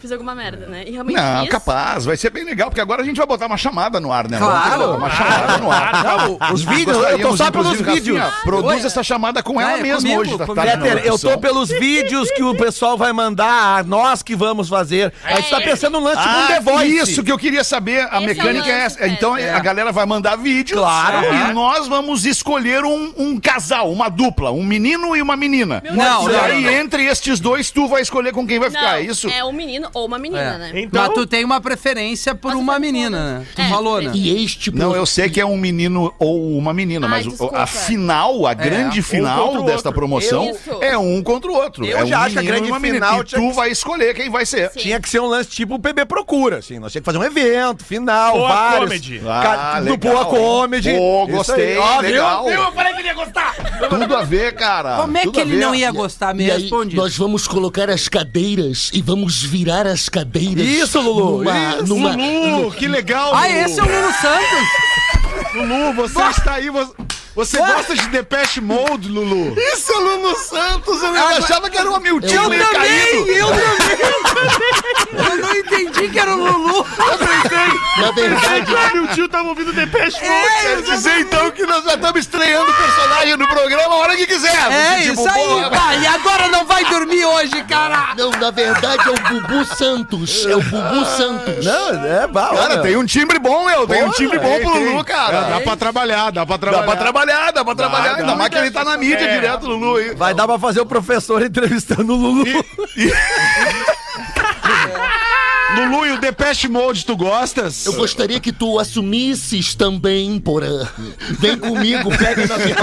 [SPEAKER 10] fiz alguma merda, né? E realmente
[SPEAKER 3] Não,
[SPEAKER 10] fiz.
[SPEAKER 3] capaz, vai ser bem legal, porque agora a gente vai botar uma chamada no ar, né?
[SPEAKER 5] Claro.
[SPEAKER 3] Vamos botar Uma chamada no ar.
[SPEAKER 4] Não, os vídeos, eu tô
[SPEAKER 3] Gostaríamos,
[SPEAKER 4] só pelos
[SPEAKER 3] inclusive,
[SPEAKER 4] vídeos.
[SPEAKER 3] Rafinha, Produz
[SPEAKER 5] Oi.
[SPEAKER 3] essa chamada com
[SPEAKER 5] Ah,
[SPEAKER 3] ela
[SPEAKER 5] é
[SPEAKER 3] mesma
[SPEAKER 5] comigo,
[SPEAKER 3] hoje. da
[SPEAKER 5] comigo.
[SPEAKER 3] tarde na
[SPEAKER 4] Peter, eu tô
[SPEAKER 3] produção.
[SPEAKER 4] pelos vídeos que o pessoal vai mandar, nós que vamos fazer. A gente
[SPEAKER 5] É.
[SPEAKER 4] tá pensando num lance tipo um
[SPEAKER 3] Ah,
[SPEAKER 4] The Voice.
[SPEAKER 3] isso que eu queria saber. A
[SPEAKER 10] Esse
[SPEAKER 3] mecânica
[SPEAKER 10] é o
[SPEAKER 3] é
[SPEAKER 10] lance,
[SPEAKER 3] essa. Então
[SPEAKER 10] é.
[SPEAKER 3] a galera vai mandar vídeos.
[SPEAKER 4] Claro.
[SPEAKER 3] E nós vamos escolher um, um casal, uma dupla, um menino e uma menina.
[SPEAKER 5] Não,
[SPEAKER 3] e
[SPEAKER 5] não,
[SPEAKER 3] aí,
[SPEAKER 5] não.
[SPEAKER 3] entre estes dois, tu vai escolher com quem vai
[SPEAKER 10] Não,
[SPEAKER 3] ficar, é isso?
[SPEAKER 10] é um menino ou uma menina,
[SPEAKER 5] É.
[SPEAKER 10] né?
[SPEAKER 8] Então,
[SPEAKER 5] Mas
[SPEAKER 8] [LAUGHS]
[SPEAKER 5] tu tem uma preferência por
[SPEAKER 10] Nossa,
[SPEAKER 5] uma
[SPEAKER 10] tá
[SPEAKER 5] menina, né?
[SPEAKER 10] foda.
[SPEAKER 5] Tu
[SPEAKER 10] É,
[SPEAKER 5] falou, né?
[SPEAKER 10] prefiro.
[SPEAKER 8] este
[SPEAKER 4] Tipo
[SPEAKER 3] Não, eu sei que é um menino ou uma menina,
[SPEAKER 10] Ai,
[SPEAKER 3] mas o-
[SPEAKER 10] desculpa.
[SPEAKER 3] a final,
[SPEAKER 4] É,
[SPEAKER 3] a
[SPEAKER 4] um
[SPEAKER 3] grande final
[SPEAKER 8] contra o
[SPEAKER 3] desta
[SPEAKER 8] outro.
[SPEAKER 3] promoção
[SPEAKER 10] Isso.
[SPEAKER 3] é um contra o outro.
[SPEAKER 4] Eu
[SPEAKER 3] é um
[SPEAKER 4] já acho que a
[SPEAKER 3] menino e
[SPEAKER 4] grande
[SPEAKER 3] uma menina.
[SPEAKER 4] final
[SPEAKER 3] E
[SPEAKER 4] tinha
[SPEAKER 3] tu
[SPEAKER 4] que-
[SPEAKER 3] vai escolher quem vai ser.
[SPEAKER 10] Sim.
[SPEAKER 4] Tinha que ser um lance tipo o PB Procura, assim. Nós tinha que fazer um evento, final,
[SPEAKER 8] Boa
[SPEAKER 4] vários.
[SPEAKER 8] comedy.
[SPEAKER 4] Ca-
[SPEAKER 3] Ah,
[SPEAKER 4] do
[SPEAKER 3] legal,
[SPEAKER 4] Boa
[SPEAKER 3] hein?
[SPEAKER 4] Comedy.
[SPEAKER 3] Pô,
[SPEAKER 4] Isso
[SPEAKER 3] gostei,
[SPEAKER 4] aí. Ó, viu?
[SPEAKER 3] legal.
[SPEAKER 8] Eu falei que ele ia gostar.
[SPEAKER 3] Tudo a ver, cara.
[SPEAKER 5] Como é
[SPEAKER 3] Tudo
[SPEAKER 5] que
[SPEAKER 3] a
[SPEAKER 5] ele
[SPEAKER 3] ver.
[SPEAKER 5] não ia gostar? Me
[SPEAKER 11] E aí,
[SPEAKER 5] responde.
[SPEAKER 11] nós vamos colocar as cadeiras e vamos virar as cadeiras.
[SPEAKER 4] Isso, Lulu,
[SPEAKER 11] Numa,
[SPEAKER 4] isso.
[SPEAKER 11] numa-
[SPEAKER 7] Lulu, que legal,
[SPEAKER 5] Ah,
[SPEAKER 7] Lulu.
[SPEAKER 5] esse é o Lulu Santos!
[SPEAKER 7] Lulu, você está aí, você, você gosta de Depeche Mode, Lulu?
[SPEAKER 3] Isso, Lulu Santos, eu achava que era uma Miltinho
[SPEAKER 5] Eu
[SPEAKER 3] meio
[SPEAKER 5] também,
[SPEAKER 3] caído.
[SPEAKER 5] eu também! Eu não entendi que era o Lulu!
[SPEAKER 11] na verdade,
[SPEAKER 8] Ah, Meu tio tava ouvindo Depeche Mode.
[SPEAKER 5] É!
[SPEAKER 3] Quer dizer então que nós já estamos estreando o personagem no programa a hora que
[SPEAKER 4] Tá
[SPEAKER 3] quiser.
[SPEAKER 5] É
[SPEAKER 3] Tipo,
[SPEAKER 5] isso aí,
[SPEAKER 3] boa.
[SPEAKER 5] pá! E agora não vai dormir hoje, cara!
[SPEAKER 11] não, na verdade é o Bubu Santos. É o Bubu Santos.
[SPEAKER 4] Ah, Não, é, bah,
[SPEAKER 3] Cara,
[SPEAKER 4] olha.
[SPEAKER 3] tem um timbre bom, meu. Tem É, um timbre bom pro Lulu, cara.
[SPEAKER 7] Dá pra trabalhar, dá pra
[SPEAKER 3] Dá
[SPEAKER 7] trabalhar.
[SPEAKER 3] pra trabalhar, dá pra trabalhar.
[SPEAKER 7] dá.
[SPEAKER 3] Ainda mais que ele tá na mídia
[SPEAKER 8] É.
[SPEAKER 3] direto, Lulu. aí.
[SPEAKER 4] Vai dar pra fazer o [LAUGHS] professor entrevistando o Lulu.
[SPEAKER 7] Lulu e o Depeche Mode, tu gostas?
[SPEAKER 11] Eu gostaria que tu assumisses também, porã. Vem comigo, pega na minha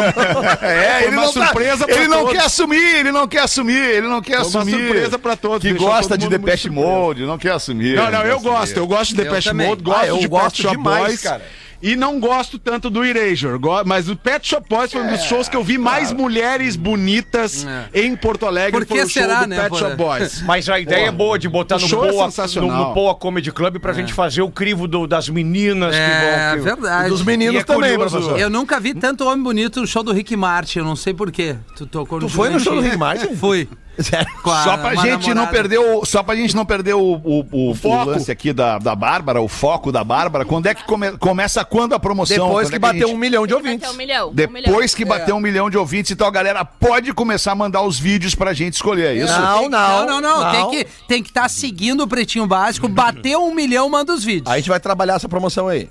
[SPEAKER 3] É,
[SPEAKER 7] Foi
[SPEAKER 3] ele
[SPEAKER 7] uma
[SPEAKER 3] não, tá-
[SPEAKER 7] surpresa pra
[SPEAKER 3] ele não
[SPEAKER 7] todos.
[SPEAKER 3] quer assumir, ele não quer assumir, ele não quer
[SPEAKER 7] Foi uma
[SPEAKER 3] assumir.
[SPEAKER 7] surpresa pra todos,
[SPEAKER 3] Que
[SPEAKER 7] deixou
[SPEAKER 3] gosta
[SPEAKER 7] todo
[SPEAKER 3] de
[SPEAKER 7] mundo muito
[SPEAKER 3] Depeche Mode, não quer assumir.
[SPEAKER 7] Não, não, eu
[SPEAKER 3] quer
[SPEAKER 7] gosto. Eu gosto de
[SPEAKER 4] Eu
[SPEAKER 7] Depeche
[SPEAKER 4] também.
[SPEAKER 7] Mode,
[SPEAKER 4] Ah,
[SPEAKER 7] gosto
[SPEAKER 4] eu
[SPEAKER 7] de
[SPEAKER 4] gosto
[SPEAKER 7] Pet Shop
[SPEAKER 4] demais,
[SPEAKER 7] Boys.
[SPEAKER 4] cara.
[SPEAKER 7] E não gosto tanto do Erasure, go- mas o Pet Shop Boys
[SPEAKER 3] é
[SPEAKER 7] foi um dos shows que eu vi mais mulheres
[SPEAKER 9] É.
[SPEAKER 7] bonitas em Porto Alegre.
[SPEAKER 5] Por que
[SPEAKER 7] foi o
[SPEAKER 5] será,
[SPEAKER 7] show do
[SPEAKER 5] né,
[SPEAKER 7] Pet
[SPEAKER 5] Porã?
[SPEAKER 7] Shop Boys.
[SPEAKER 9] [LAUGHS] Mas a ideia é boa de botar
[SPEAKER 7] o
[SPEAKER 9] no
[SPEAKER 7] show é
[SPEAKER 9] Boa, no,
[SPEAKER 7] sensacional.
[SPEAKER 9] no Boa Comedy Club pra gente fazer o crivo do- das meninas
[SPEAKER 5] É,
[SPEAKER 9] que vão. que-
[SPEAKER 5] verdade.
[SPEAKER 4] Dos meninos
[SPEAKER 9] E é
[SPEAKER 4] também,
[SPEAKER 9] curioso-
[SPEAKER 4] professor.
[SPEAKER 5] Eu nunca vi tanto homem bonito no show do Rick Martin, eu não sei porquê. Tu tocou
[SPEAKER 4] Tu foi no show do Rick Martin?
[SPEAKER 5] [LAUGHS] Fui. Com a-
[SPEAKER 3] Só pra
[SPEAKER 5] uma
[SPEAKER 3] gente não
[SPEAKER 5] Ah, namorada.
[SPEAKER 3] perder o, só pra gente não perder o, o, o- o
[SPEAKER 7] foco.
[SPEAKER 3] lance aqui da, da Bárbara, o foco da Bárbara. Quando é que come- começa quando a promoção?
[SPEAKER 4] Depois
[SPEAKER 3] Quando é
[SPEAKER 4] que
[SPEAKER 3] a
[SPEAKER 4] bateu
[SPEAKER 3] gente-
[SPEAKER 4] um milhão de
[SPEAKER 10] Até
[SPEAKER 4] ouvintes.
[SPEAKER 10] um milhão. um milhão.
[SPEAKER 3] Depois que bater um milhão de ouvintes, então a galera pode começar a mandar os vídeos pra gente escolher, é isso?
[SPEAKER 4] Não,
[SPEAKER 5] Tem que-
[SPEAKER 4] não,
[SPEAKER 5] Não, não,
[SPEAKER 4] não.
[SPEAKER 5] não. Tem que estar tem que tá seguindo o Pretinho Básico, bateu um milhão, manda os vídeos.
[SPEAKER 4] Aí a gente vai trabalhar essa promoção aí.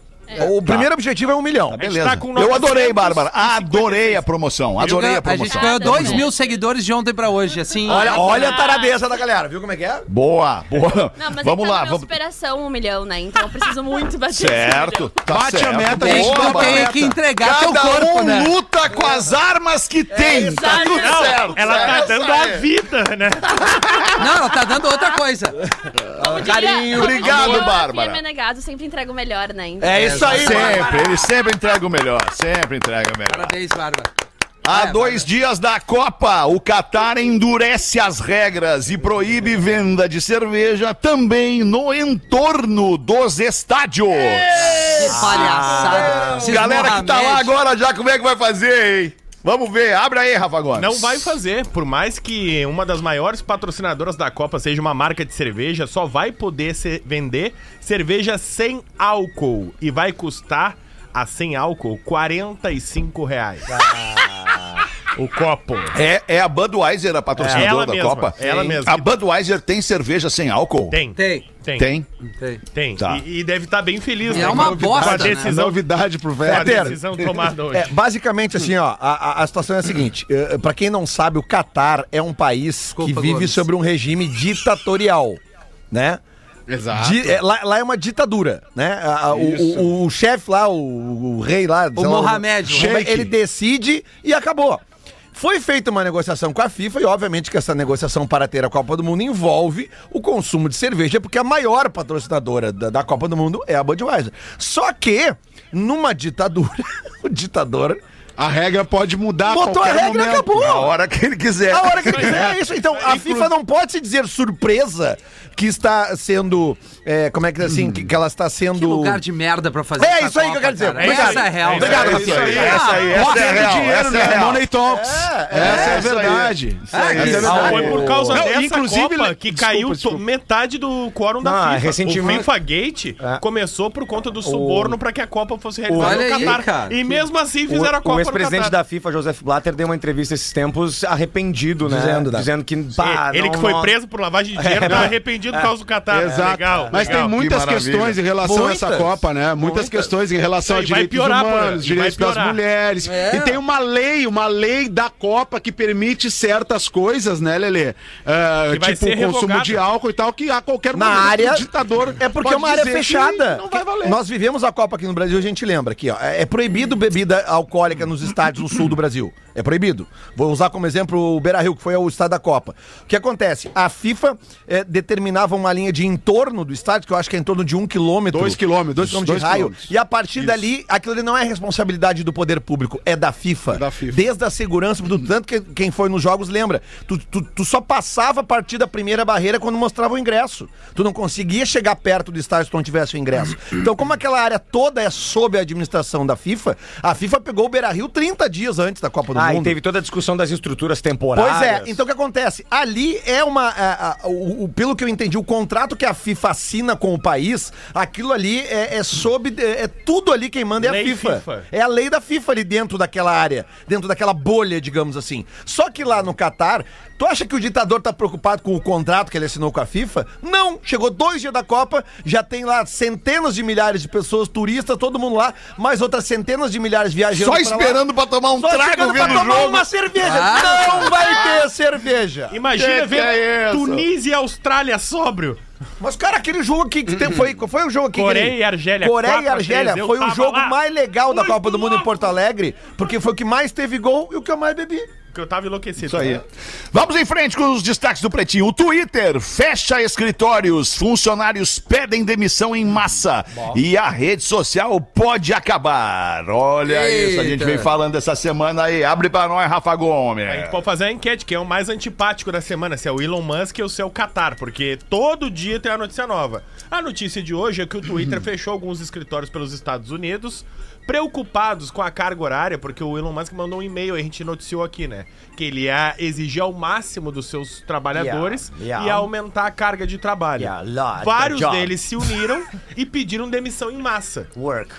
[SPEAKER 4] O primeiro objetivo é um milhão.
[SPEAKER 3] Beleza.
[SPEAKER 9] tá com
[SPEAKER 3] eu
[SPEAKER 9] 900
[SPEAKER 3] adorei, Bárbara. Adorei a promoção. Adorei a
[SPEAKER 5] a gente
[SPEAKER 3] promoção.
[SPEAKER 5] ganhou dois
[SPEAKER 10] Exatamente.
[SPEAKER 5] mil seguidores de ontem pra hoje, assim.
[SPEAKER 4] Olha, olha a taradeza da galera, viu como é que é?
[SPEAKER 3] Boa, boa.
[SPEAKER 10] Não,
[SPEAKER 3] vamos
[SPEAKER 10] mas é que tá na
[SPEAKER 3] lá,
[SPEAKER 10] minha
[SPEAKER 3] vamos.
[SPEAKER 10] superação um milhão, né? Então eu preciso muito bater esse
[SPEAKER 3] Certo.
[SPEAKER 10] milhão.
[SPEAKER 3] Tá
[SPEAKER 7] Bate a
[SPEAKER 3] certo.
[SPEAKER 7] meta,
[SPEAKER 5] Tem,
[SPEAKER 3] Boa,
[SPEAKER 5] que- tem
[SPEAKER 3] Bárbara.
[SPEAKER 5] que entregar teu
[SPEAKER 3] Cada
[SPEAKER 5] corpo,
[SPEAKER 3] um
[SPEAKER 5] né?
[SPEAKER 3] luta com as armas que tem. Tá tudo
[SPEAKER 10] Não,
[SPEAKER 3] certo.
[SPEAKER 8] Ela tá
[SPEAKER 3] Essa
[SPEAKER 8] dando
[SPEAKER 3] é.
[SPEAKER 8] a vida, né?
[SPEAKER 5] Não, ela tá dando outra coisa.
[SPEAKER 10] Como diria-
[SPEAKER 4] Carinho,
[SPEAKER 10] como
[SPEAKER 3] obrigado,
[SPEAKER 10] diria
[SPEAKER 3] Bárbara.
[SPEAKER 10] Fia Menegaso sempre entrega o melhor, né? Então,
[SPEAKER 4] É isso aí,
[SPEAKER 3] Sempre, ele sempre entrega o melhor. Sempre entrega o melhor.
[SPEAKER 5] Parabéns, Bárbara.
[SPEAKER 3] Há
[SPEAKER 5] É,
[SPEAKER 3] dois dias da Copa, o Catar endurece as regras e proíbe venda de cerveja também no entorno dos estádios.
[SPEAKER 5] Que
[SPEAKER 4] Ah,
[SPEAKER 5] palhaçada. Esses
[SPEAKER 3] Galera que tá lá
[SPEAKER 5] Mohamed.
[SPEAKER 3] agora já, como é que vai fazer, hein? Vamos ver, abre aí, Rafa Gomes.
[SPEAKER 8] Não vai fazer. Por mais que uma das maiores patrocinadoras da Copa seja uma marca de cerveja, só vai poder se- vender cerveja sem álcool. E vai custar, a sem álcool, 45 reais.
[SPEAKER 7] Ah.
[SPEAKER 8] o copo.
[SPEAKER 3] É, é a Budweiser a
[SPEAKER 8] É
[SPEAKER 3] patrocinadora
[SPEAKER 8] ela
[SPEAKER 3] da
[SPEAKER 8] mesma,
[SPEAKER 3] Copa?
[SPEAKER 8] é ela
[SPEAKER 3] Tem.
[SPEAKER 8] mesma.
[SPEAKER 3] A Budweiser tem cerveja sem álcool?
[SPEAKER 8] Tem.
[SPEAKER 5] Tem,
[SPEAKER 8] Tem.
[SPEAKER 3] Tem?
[SPEAKER 5] tem.
[SPEAKER 8] Tem.
[SPEAKER 3] Tá.
[SPEAKER 8] E, e deve estar bem feliz,
[SPEAKER 5] E é uma bosta,
[SPEAKER 8] com a
[SPEAKER 5] né?
[SPEAKER 8] decisão,
[SPEAKER 7] Novidade pro
[SPEAKER 8] com a
[SPEAKER 7] velho.
[SPEAKER 8] decisão tomada hoje.
[SPEAKER 4] É, basicamente, assim, ó, a, a- a situação é a seguinte: eh, pra quem não sabe, o Catar é um país que
[SPEAKER 5] Desculpa,
[SPEAKER 4] vive
[SPEAKER 5] Gomes.
[SPEAKER 4] sobre um regime ditatorial, né?
[SPEAKER 7] Exato.
[SPEAKER 4] Di- é, lá, lá é uma ditadura, né? A- a- o- o o chefe lá, o, o rei lá, sei lá,
[SPEAKER 5] Mohamed, o
[SPEAKER 4] Mohamed,
[SPEAKER 7] Sheik.
[SPEAKER 4] ele decide e acabou. Foi feita uma negociação com a FIFA e, obviamente, que essa negociação para ter a Copa do Mundo envolve o consumo de cerveja, porque a maior patrocinadora da, da Copa do Mundo é a Budweiser. Só que, numa ditadura, [LAUGHS] o ditador
[SPEAKER 7] A regra pode mudar a
[SPEAKER 4] botou a
[SPEAKER 7] qualquer
[SPEAKER 4] regra e
[SPEAKER 7] momento.
[SPEAKER 4] acabou.
[SPEAKER 3] A hora que ele quiser.
[SPEAKER 4] A hora que ele quiser, é isso. Então, a FIFA não pode se dizer surpresa que está sendo. é, como é que diz assim? Que, que ela está sendo.
[SPEAKER 5] Que lugar de merda pra fazer
[SPEAKER 4] É
[SPEAKER 5] essa
[SPEAKER 4] isso aí que eu
[SPEAKER 5] Copa,
[SPEAKER 4] quero dizer.
[SPEAKER 5] cara.
[SPEAKER 4] Obrigado.
[SPEAKER 5] Essa é a real.
[SPEAKER 4] Obrigado, Ah,
[SPEAKER 3] É isso
[SPEAKER 4] Rafinha.
[SPEAKER 3] aí, essa aí, essa é real, essa é real.
[SPEAKER 7] né, Money Talks. essa é, a
[SPEAKER 3] isso aí.
[SPEAKER 7] verdade.
[SPEAKER 3] Isso aí.
[SPEAKER 7] Essa é a
[SPEAKER 8] Não,
[SPEAKER 7] verdade.
[SPEAKER 8] Foi
[SPEAKER 9] Ah,
[SPEAKER 8] por causa
[SPEAKER 7] Não,
[SPEAKER 8] dessa
[SPEAKER 7] inclusive,
[SPEAKER 8] Copa
[SPEAKER 7] le-
[SPEAKER 8] que
[SPEAKER 7] desculpa,
[SPEAKER 8] caiu to-
[SPEAKER 7] desculpa.
[SPEAKER 8] metade do quórum
[SPEAKER 9] Não,
[SPEAKER 8] da FIFA.
[SPEAKER 9] recentemente- É.
[SPEAKER 8] O FIFA Gate começou por conta do suborno pra que a Copa fosse realizada
[SPEAKER 5] Olha
[SPEAKER 8] no
[SPEAKER 5] aí,
[SPEAKER 8] Catar.
[SPEAKER 5] cara.
[SPEAKER 8] E mesmo assim
[SPEAKER 9] O,
[SPEAKER 8] fizeram a Copa
[SPEAKER 9] o
[SPEAKER 8] no
[SPEAKER 9] ex-presidente
[SPEAKER 8] Catar.
[SPEAKER 9] da FIFA, Joseph Blatter, deu uma entrevista esses tempos arrependido, né?
[SPEAKER 4] Dizendo, né?
[SPEAKER 9] Dizendo que.
[SPEAKER 8] E-
[SPEAKER 9] pá,
[SPEAKER 8] Ele
[SPEAKER 9] não-
[SPEAKER 8] que foi
[SPEAKER 9] não- É.
[SPEAKER 8] preso
[SPEAKER 9] [LAUGHS]
[SPEAKER 8] por lavagem de dinheiro, tá arrependido por causa do Catar.
[SPEAKER 7] É,
[SPEAKER 8] Tá
[SPEAKER 7] Exato.
[SPEAKER 8] Legal,
[SPEAKER 7] Mas
[SPEAKER 8] legal.
[SPEAKER 7] tem muitas
[SPEAKER 3] Que maravilha.
[SPEAKER 7] questões em relação a essa
[SPEAKER 4] Muitas.
[SPEAKER 7] Copa, né? Muitas, questões em relação
[SPEAKER 8] E
[SPEAKER 7] a
[SPEAKER 8] vai
[SPEAKER 7] direitos
[SPEAKER 8] piorar, Porã. E
[SPEAKER 7] humanos, direitos
[SPEAKER 8] vai
[SPEAKER 7] das
[SPEAKER 8] piorar.
[SPEAKER 7] mulheres.
[SPEAKER 5] É.
[SPEAKER 7] E tem uma lei, uma lei da Copa que permite certas coisas, né, Lelê? Ah,
[SPEAKER 8] Que vai
[SPEAKER 7] tipo
[SPEAKER 8] ser
[SPEAKER 7] o consumo
[SPEAKER 8] revogada.
[SPEAKER 7] de álcool e tal, que a qualquer
[SPEAKER 4] Na
[SPEAKER 7] momento
[SPEAKER 4] área-
[SPEAKER 7] o ditador
[SPEAKER 4] É porque
[SPEAKER 7] pode
[SPEAKER 4] é uma área
[SPEAKER 7] dizer que
[SPEAKER 4] fechada.
[SPEAKER 7] Não vai valer.
[SPEAKER 4] Nós vivemos a Copa aqui no Brasil, a gente lembra aqui, ó. É é proibido bebida alcoólica nos estádios do sul do Brasil. É proibido. Vou usar como exemplo o Beira Rio, que foi o estádio da Copa. O que acontece? A FIFA eh, determinava uma linha de entorno do estádio, que eu acho que é em torno de um quilômetro.
[SPEAKER 7] Dois quilômetros,
[SPEAKER 4] Dois quilômetros de
[SPEAKER 7] dois
[SPEAKER 4] raio.
[SPEAKER 7] quilômetros.
[SPEAKER 4] E a partir dali, aquilo ali não é responsabilidade do poder público, é da FIFA.
[SPEAKER 7] Da FIFA.
[SPEAKER 4] Desde a segurança, do tanto que quem foi nos jogos lembra. Tu, tu- tu só passava a partir da primeira barreira quando mostrava o ingresso. Tu não conseguia chegar perto do estádio se tu não tivesse o ingresso. Então, como aquela área toda é sob a administração da FIFA, a FIFA pegou o Beira Rio 30 dias antes da Copa do
[SPEAKER 9] Ah, e
[SPEAKER 4] Mundo.
[SPEAKER 9] teve toda a discussão das estruturas temporárias.
[SPEAKER 4] Pois é, então o que acontece? Ali é uma. a- a- o, o- pelo que eu entendi, o contrato que a FIFA assina com o país, aquilo ali é, é sob. É, é tudo ali quem manda é a
[SPEAKER 8] Lei
[SPEAKER 4] FIFA.
[SPEAKER 8] FIFA.
[SPEAKER 4] É a lei da FIFA ali dentro daquela área, dentro daquela bolha, digamos assim. Só que lá no Catar, tu acha que o ditador tá preocupado com o contrato que ele assinou com a FIFA? Não! Chegou dois dias da Copa, já tem lá centenas de milhares de pessoas, turistas, todo mundo lá, mais outras centenas de milhares viajando.
[SPEAKER 3] Só
[SPEAKER 4] pra lá.
[SPEAKER 3] esperando pra tomar um
[SPEAKER 4] Só
[SPEAKER 3] trago
[SPEAKER 4] chegando pra
[SPEAKER 3] vendo o
[SPEAKER 4] tomar
[SPEAKER 3] jogo.
[SPEAKER 4] uma cerveja.
[SPEAKER 5] Ah.
[SPEAKER 4] Não vai ter cerveja.
[SPEAKER 8] Imagina
[SPEAKER 3] Que que
[SPEAKER 8] ver
[SPEAKER 3] é isso?
[SPEAKER 8] Tunísia e Austrália sóbrio.
[SPEAKER 4] Mas, cara, aquele jogo aqui que tem- foi, qual foi o jogo aqui. que
[SPEAKER 8] Coreia
[SPEAKER 4] ele-
[SPEAKER 8] e Argélia,
[SPEAKER 4] Coreia e
[SPEAKER 8] 4 a 3,
[SPEAKER 4] Argélia.
[SPEAKER 8] eu
[SPEAKER 4] Foi o
[SPEAKER 8] tava
[SPEAKER 4] jogo
[SPEAKER 8] lá.
[SPEAKER 4] mais legal da Copa do Mundo em Porto Alegre, porque foi o que mais teve gol e o que eu mais bebi.
[SPEAKER 8] Porque eu tava enlouquecido.
[SPEAKER 3] Isso aí. Vamos em frente com os destaques do Pretinho. O Twitter fecha escritórios, funcionários pedem demissão em massa e a rede social pode acabar. Olha isso, a gente
[SPEAKER 8] Eita.
[SPEAKER 3] vem falando essa semana aí. Abre pra nós, Rafa
[SPEAKER 9] É.
[SPEAKER 3] Gomes.
[SPEAKER 8] A gente pode fazer a enquete, que é o mais antipático da semana, se é o Elon Musk ou se é o Qatar, porque todo dia tem a notícia nova. A notícia de hoje é que
[SPEAKER 9] [CLEARS THROAT]
[SPEAKER 8] o Twitter fechou alguns escritórios pelos Estados Unidos, preocupados com a carga horária, porque o Elon Musk mandou um e-mail, a gente noticiou aqui, né? Que ele ia exigir ao máximo dos seus trabalhadores
[SPEAKER 9] Yeah, yeah.
[SPEAKER 8] e ia aumentar a carga de trabalho.
[SPEAKER 9] Yeah, lot of
[SPEAKER 8] Vários
[SPEAKER 9] job.
[SPEAKER 8] deles se uniram e pediram demissão em massa.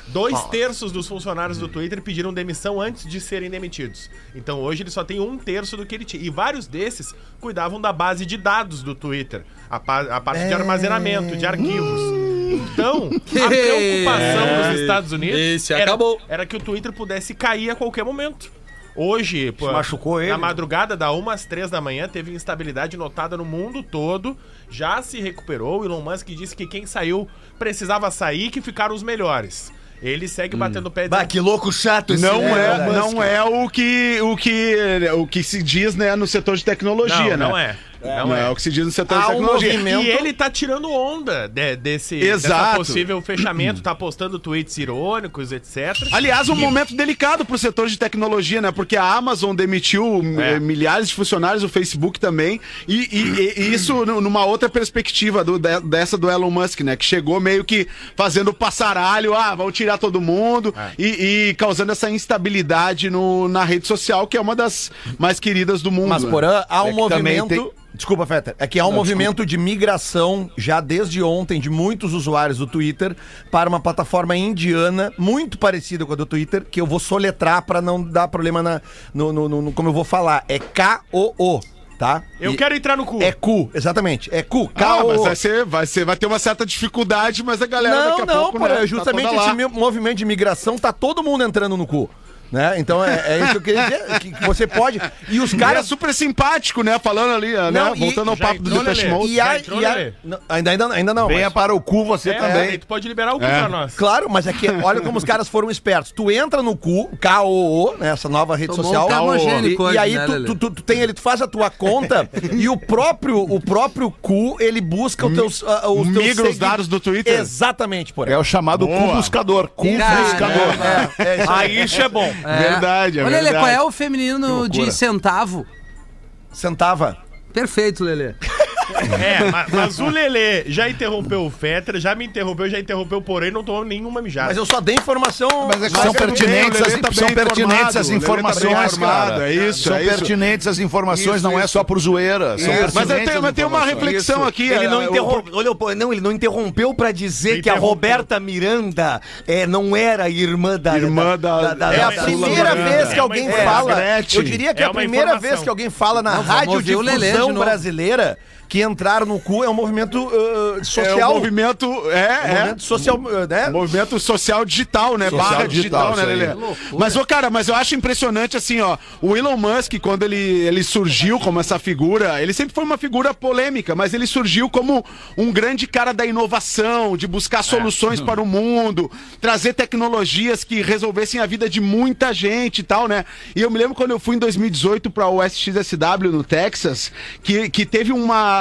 [SPEAKER 8] Dois terços dos funcionários do Twitter pediram demissão antes de serem demitidos. Então hoje ele só tem um terço do que ele tinha. E vários desses cuidavam da base de dados do Twitter, a, pa- a parte
[SPEAKER 12] É.
[SPEAKER 8] de armazenamento, de arquivos. Então,
[SPEAKER 12] [LAUGHS]
[SPEAKER 8] a preocupação
[SPEAKER 9] É.
[SPEAKER 8] dos Estados Unidos
[SPEAKER 12] É. Esse
[SPEAKER 8] era,
[SPEAKER 12] acabou.
[SPEAKER 8] era que o Twitter pudesse cair a qualquer momento. Hoje, pô,
[SPEAKER 9] machucou ele? né?
[SPEAKER 8] na madrugada da 1 às 3 da manhã, teve instabilidade notada no mundo todo. Já se recuperou. O Elon Musk disse que quem saiu precisava sair, que ficaram os melhores. Ele segue batendo pé
[SPEAKER 11] Hum. Bah, Ah, que louco chato esse
[SPEAKER 7] Não
[SPEAKER 11] Elon
[SPEAKER 7] é,
[SPEAKER 11] Musk.
[SPEAKER 7] não é o que o que o que se diz, né, no setor de tecnologia,
[SPEAKER 8] Não,
[SPEAKER 7] né?
[SPEAKER 8] não é.
[SPEAKER 7] Não,
[SPEAKER 8] Não
[SPEAKER 7] é.
[SPEAKER 8] é.
[SPEAKER 7] o que se diz no setor de
[SPEAKER 8] Há um
[SPEAKER 7] tecnologia.
[SPEAKER 8] movimento- E ele tá tirando onda de- desse dessa
[SPEAKER 7] Exato. [CLEARS THROAT]
[SPEAKER 8] possível fechamento, tá postando tweets irônicos, etc.
[SPEAKER 7] Aliás, um
[SPEAKER 8] E-
[SPEAKER 7] momento delicado pro setor de tecnologia, né? Porque a Amazon demitiu
[SPEAKER 8] É.
[SPEAKER 7] eh, milhares de funcionários, o Facebook também. E, e- e- e isso nu- numa outra perspectiva do- de- dessa do Elon Musk, né? Que chegou meio que fazendo o passaralho, ah, vão tirar todo mundo.
[SPEAKER 8] É.
[SPEAKER 7] E, e causando essa instabilidade no- na rede social, que é uma das mais queridas do mundo.
[SPEAKER 4] Mas,
[SPEAKER 7] né?
[SPEAKER 4] Porã, há um
[SPEAKER 7] É que também
[SPEAKER 4] movimento.
[SPEAKER 7] tem-
[SPEAKER 4] Desculpa, Fetter. É que há um
[SPEAKER 7] Não,
[SPEAKER 4] movimento de migração já desde ontem de muitos usuários do Twitter para uma plataforma indiana muito parecida com a do Twitter, que eu vou soletrar para não dar problema na, no, no- no- no- como eu vou falar. É K-O-O, tá?
[SPEAKER 8] Eu
[SPEAKER 4] E-
[SPEAKER 8] quero entrar no cu.
[SPEAKER 4] É cu, exatamente. É cu,
[SPEAKER 7] Ah,
[SPEAKER 4] K-O-O.
[SPEAKER 7] mas vai, ser, vai, ser, vai ter uma certa dificuldade, mas a galera daqui
[SPEAKER 4] Não,
[SPEAKER 7] a
[SPEAKER 4] não,
[SPEAKER 7] pouco...
[SPEAKER 4] pô,
[SPEAKER 7] né, tá
[SPEAKER 4] justamente
[SPEAKER 7] toda lá.
[SPEAKER 4] esse meu- movimento de migração tá todo mundo entrando no cu. Né? Então é, é isso que eu queria dizer. Que que você pode. E os
[SPEAKER 7] E é
[SPEAKER 4] caras.
[SPEAKER 7] super simpático, né? Falando ali, né?
[SPEAKER 4] Não, e-
[SPEAKER 7] Voltando ao
[SPEAKER 4] Já
[SPEAKER 7] papo do
[SPEAKER 4] entrou,
[SPEAKER 7] Depeche
[SPEAKER 4] Lelê?
[SPEAKER 7] Mode.
[SPEAKER 4] E a-
[SPEAKER 7] Já entrou,
[SPEAKER 4] e a-
[SPEAKER 7] Lelê?
[SPEAKER 4] não, ainda, ainda, ainda não.
[SPEAKER 3] Venha
[SPEAKER 4] mas-
[SPEAKER 3] para o cu você
[SPEAKER 8] É,
[SPEAKER 3] também.
[SPEAKER 8] aí tu pode liberar o cu
[SPEAKER 3] É.
[SPEAKER 8] pra nós.
[SPEAKER 4] Claro, mas aqui, olha como os caras foram espertos. Tu entra no cu, KOO, né, essa nova rede
[SPEAKER 5] Tomou
[SPEAKER 4] social.
[SPEAKER 5] um camogênico
[SPEAKER 4] e,
[SPEAKER 5] hoje,
[SPEAKER 4] e aí
[SPEAKER 5] né,
[SPEAKER 4] tu,
[SPEAKER 5] Lelê?
[SPEAKER 4] tu, tu- tu tem ele, tu faz a tua conta e o próprio, o próprio cu, ele busca os teus. ah, os teus
[SPEAKER 7] Migra os
[SPEAKER 4] segui-
[SPEAKER 7] dados do Twitter.
[SPEAKER 4] Exatamente, por
[SPEAKER 3] É o chamado cu buscador. Cu
[SPEAKER 7] né?
[SPEAKER 3] buscador.
[SPEAKER 4] É, isso aí.
[SPEAKER 8] isso é bom.
[SPEAKER 7] Verdade, é
[SPEAKER 5] né? Olha, Lelê,
[SPEAKER 7] verdade.
[SPEAKER 5] qual é o feminino de centavo?
[SPEAKER 4] Sentava.
[SPEAKER 5] Perfeito, Lelê.
[SPEAKER 8] É, ma- mas, o Lelê já interrompeu o Fetra, já me interrompeu, já interrompeu, porém não tomou nenhuma mijada.
[SPEAKER 4] Mas eu só dei informação.
[SPEAKER 3] Mas é que
[SPEAKER 7] Mas
[SPEAKER 3] são
[SPEAKER 7] eu também,
[SPEAKER 3] pertinentes,
[SPEAKER 7] o Lelê
[SPEAKER 3] as,
[SPEAKER 7] tá
[SPEAKER 3] são
[SPEAKER 7] bem
[SPEAKER 3] pertinentes as
[SPEAKER 7] informado, o Lelê tá bem
[SPEAKER 3] informações,
[SPEAKER 7] informado,
[SPEAKER 3] cara.
[SPEAKER 7] é isso,
[SPEAKER 3] são
[SPEAKER 7] é isso.
[SPEAKER 3] pertinentes as informações, não é só por zoeira. São
[SPEAKER 7] Isso. Mas eu
[SPEAKER 3] pertinentes
[SPEAKER 7] tenho- mas
[SPEAKER 3] as
[SPEAKER 7] tem uma
[SPEAKER 3] informações.
[SPEAKER 7] reflexão aqui.
[SPEAKER 9] Ele não,
[SPEAKER 7] é, o-
[SPEAKER 9] interrom- Olha, pô, não, ele não interrompeu pra dizer que a
[SPEAKER 8] Interrompeu.
[SPEAKER 9] Roberta Miranda é, não era irmã da.
[SPEAKER 7] Irmã da-
[SPEAKER 4] É a
[SPEAKER 7] da
[SPEAKER 4] primeira
[SPEAKER 7] Lula
[SPEAKER 4] vez
[SPEAKER 7] Miranda.
[SPEAKER 4] que alguém
[SPEAKER 8] É,
[SPEAKER 4] fala.
[SPEAKER 7] Gretchen.
[SPEAKER 4] Eu diria que
[SPEAKER 8] É
[SPEAKER 4] é a
[SPEAKER 8] uma
[SPEAKER 4] primeira
[SPEAKER 8] informação.
[SPEAKER 4] vez que alguém fala na
[SPEAKER 5] Não, vamos
[SPEAKER 4] rádio
[SPEAKER 5] ouvir o Lelê de
[SPEAKER 4] radiodifusão
[SPEAKER 5] novo.
[SPEAKER 4] brasileira que entrar no cu é um movimento ah,
[SPEAKER 7] É
[SPEAKER 4] social.
[SPEAKER 7] o movimento.
[SPEAKER 4] É um
[SPEAKER 7] É, é.
[SPEAKER 4] movimento social, ah, né?
[SPEAKER 7] Movimento social digital, né?
[SPEAKER 3] Social
[SPEAKER 7] Barra digital,
[SPEAKER 3] digital,
[SPEAKER 7] né,
[SPEAKER 3] isso aí.
[SPEAKER 7] Lelê? Mas, ô, cara, mas eu acho impressionante, assim, ó. O Elon Musk, quando ele, ele surgiu como essa figura, ele sempre foi uma figura polêmica, mas ele surgiu como um grande cara da inovação, de
[SPEAKER 3] É.
[SPEAKER 7] buscar soluções
[SPEAKER 3] Uhum.
[SPEAKER 7] para o mundo, trazer tecnologias que resolvessem a vida de muita gente e tal, né? E eu me lembro quando eu fui em 2018 pra USXSW no Texas, que, que teve uma,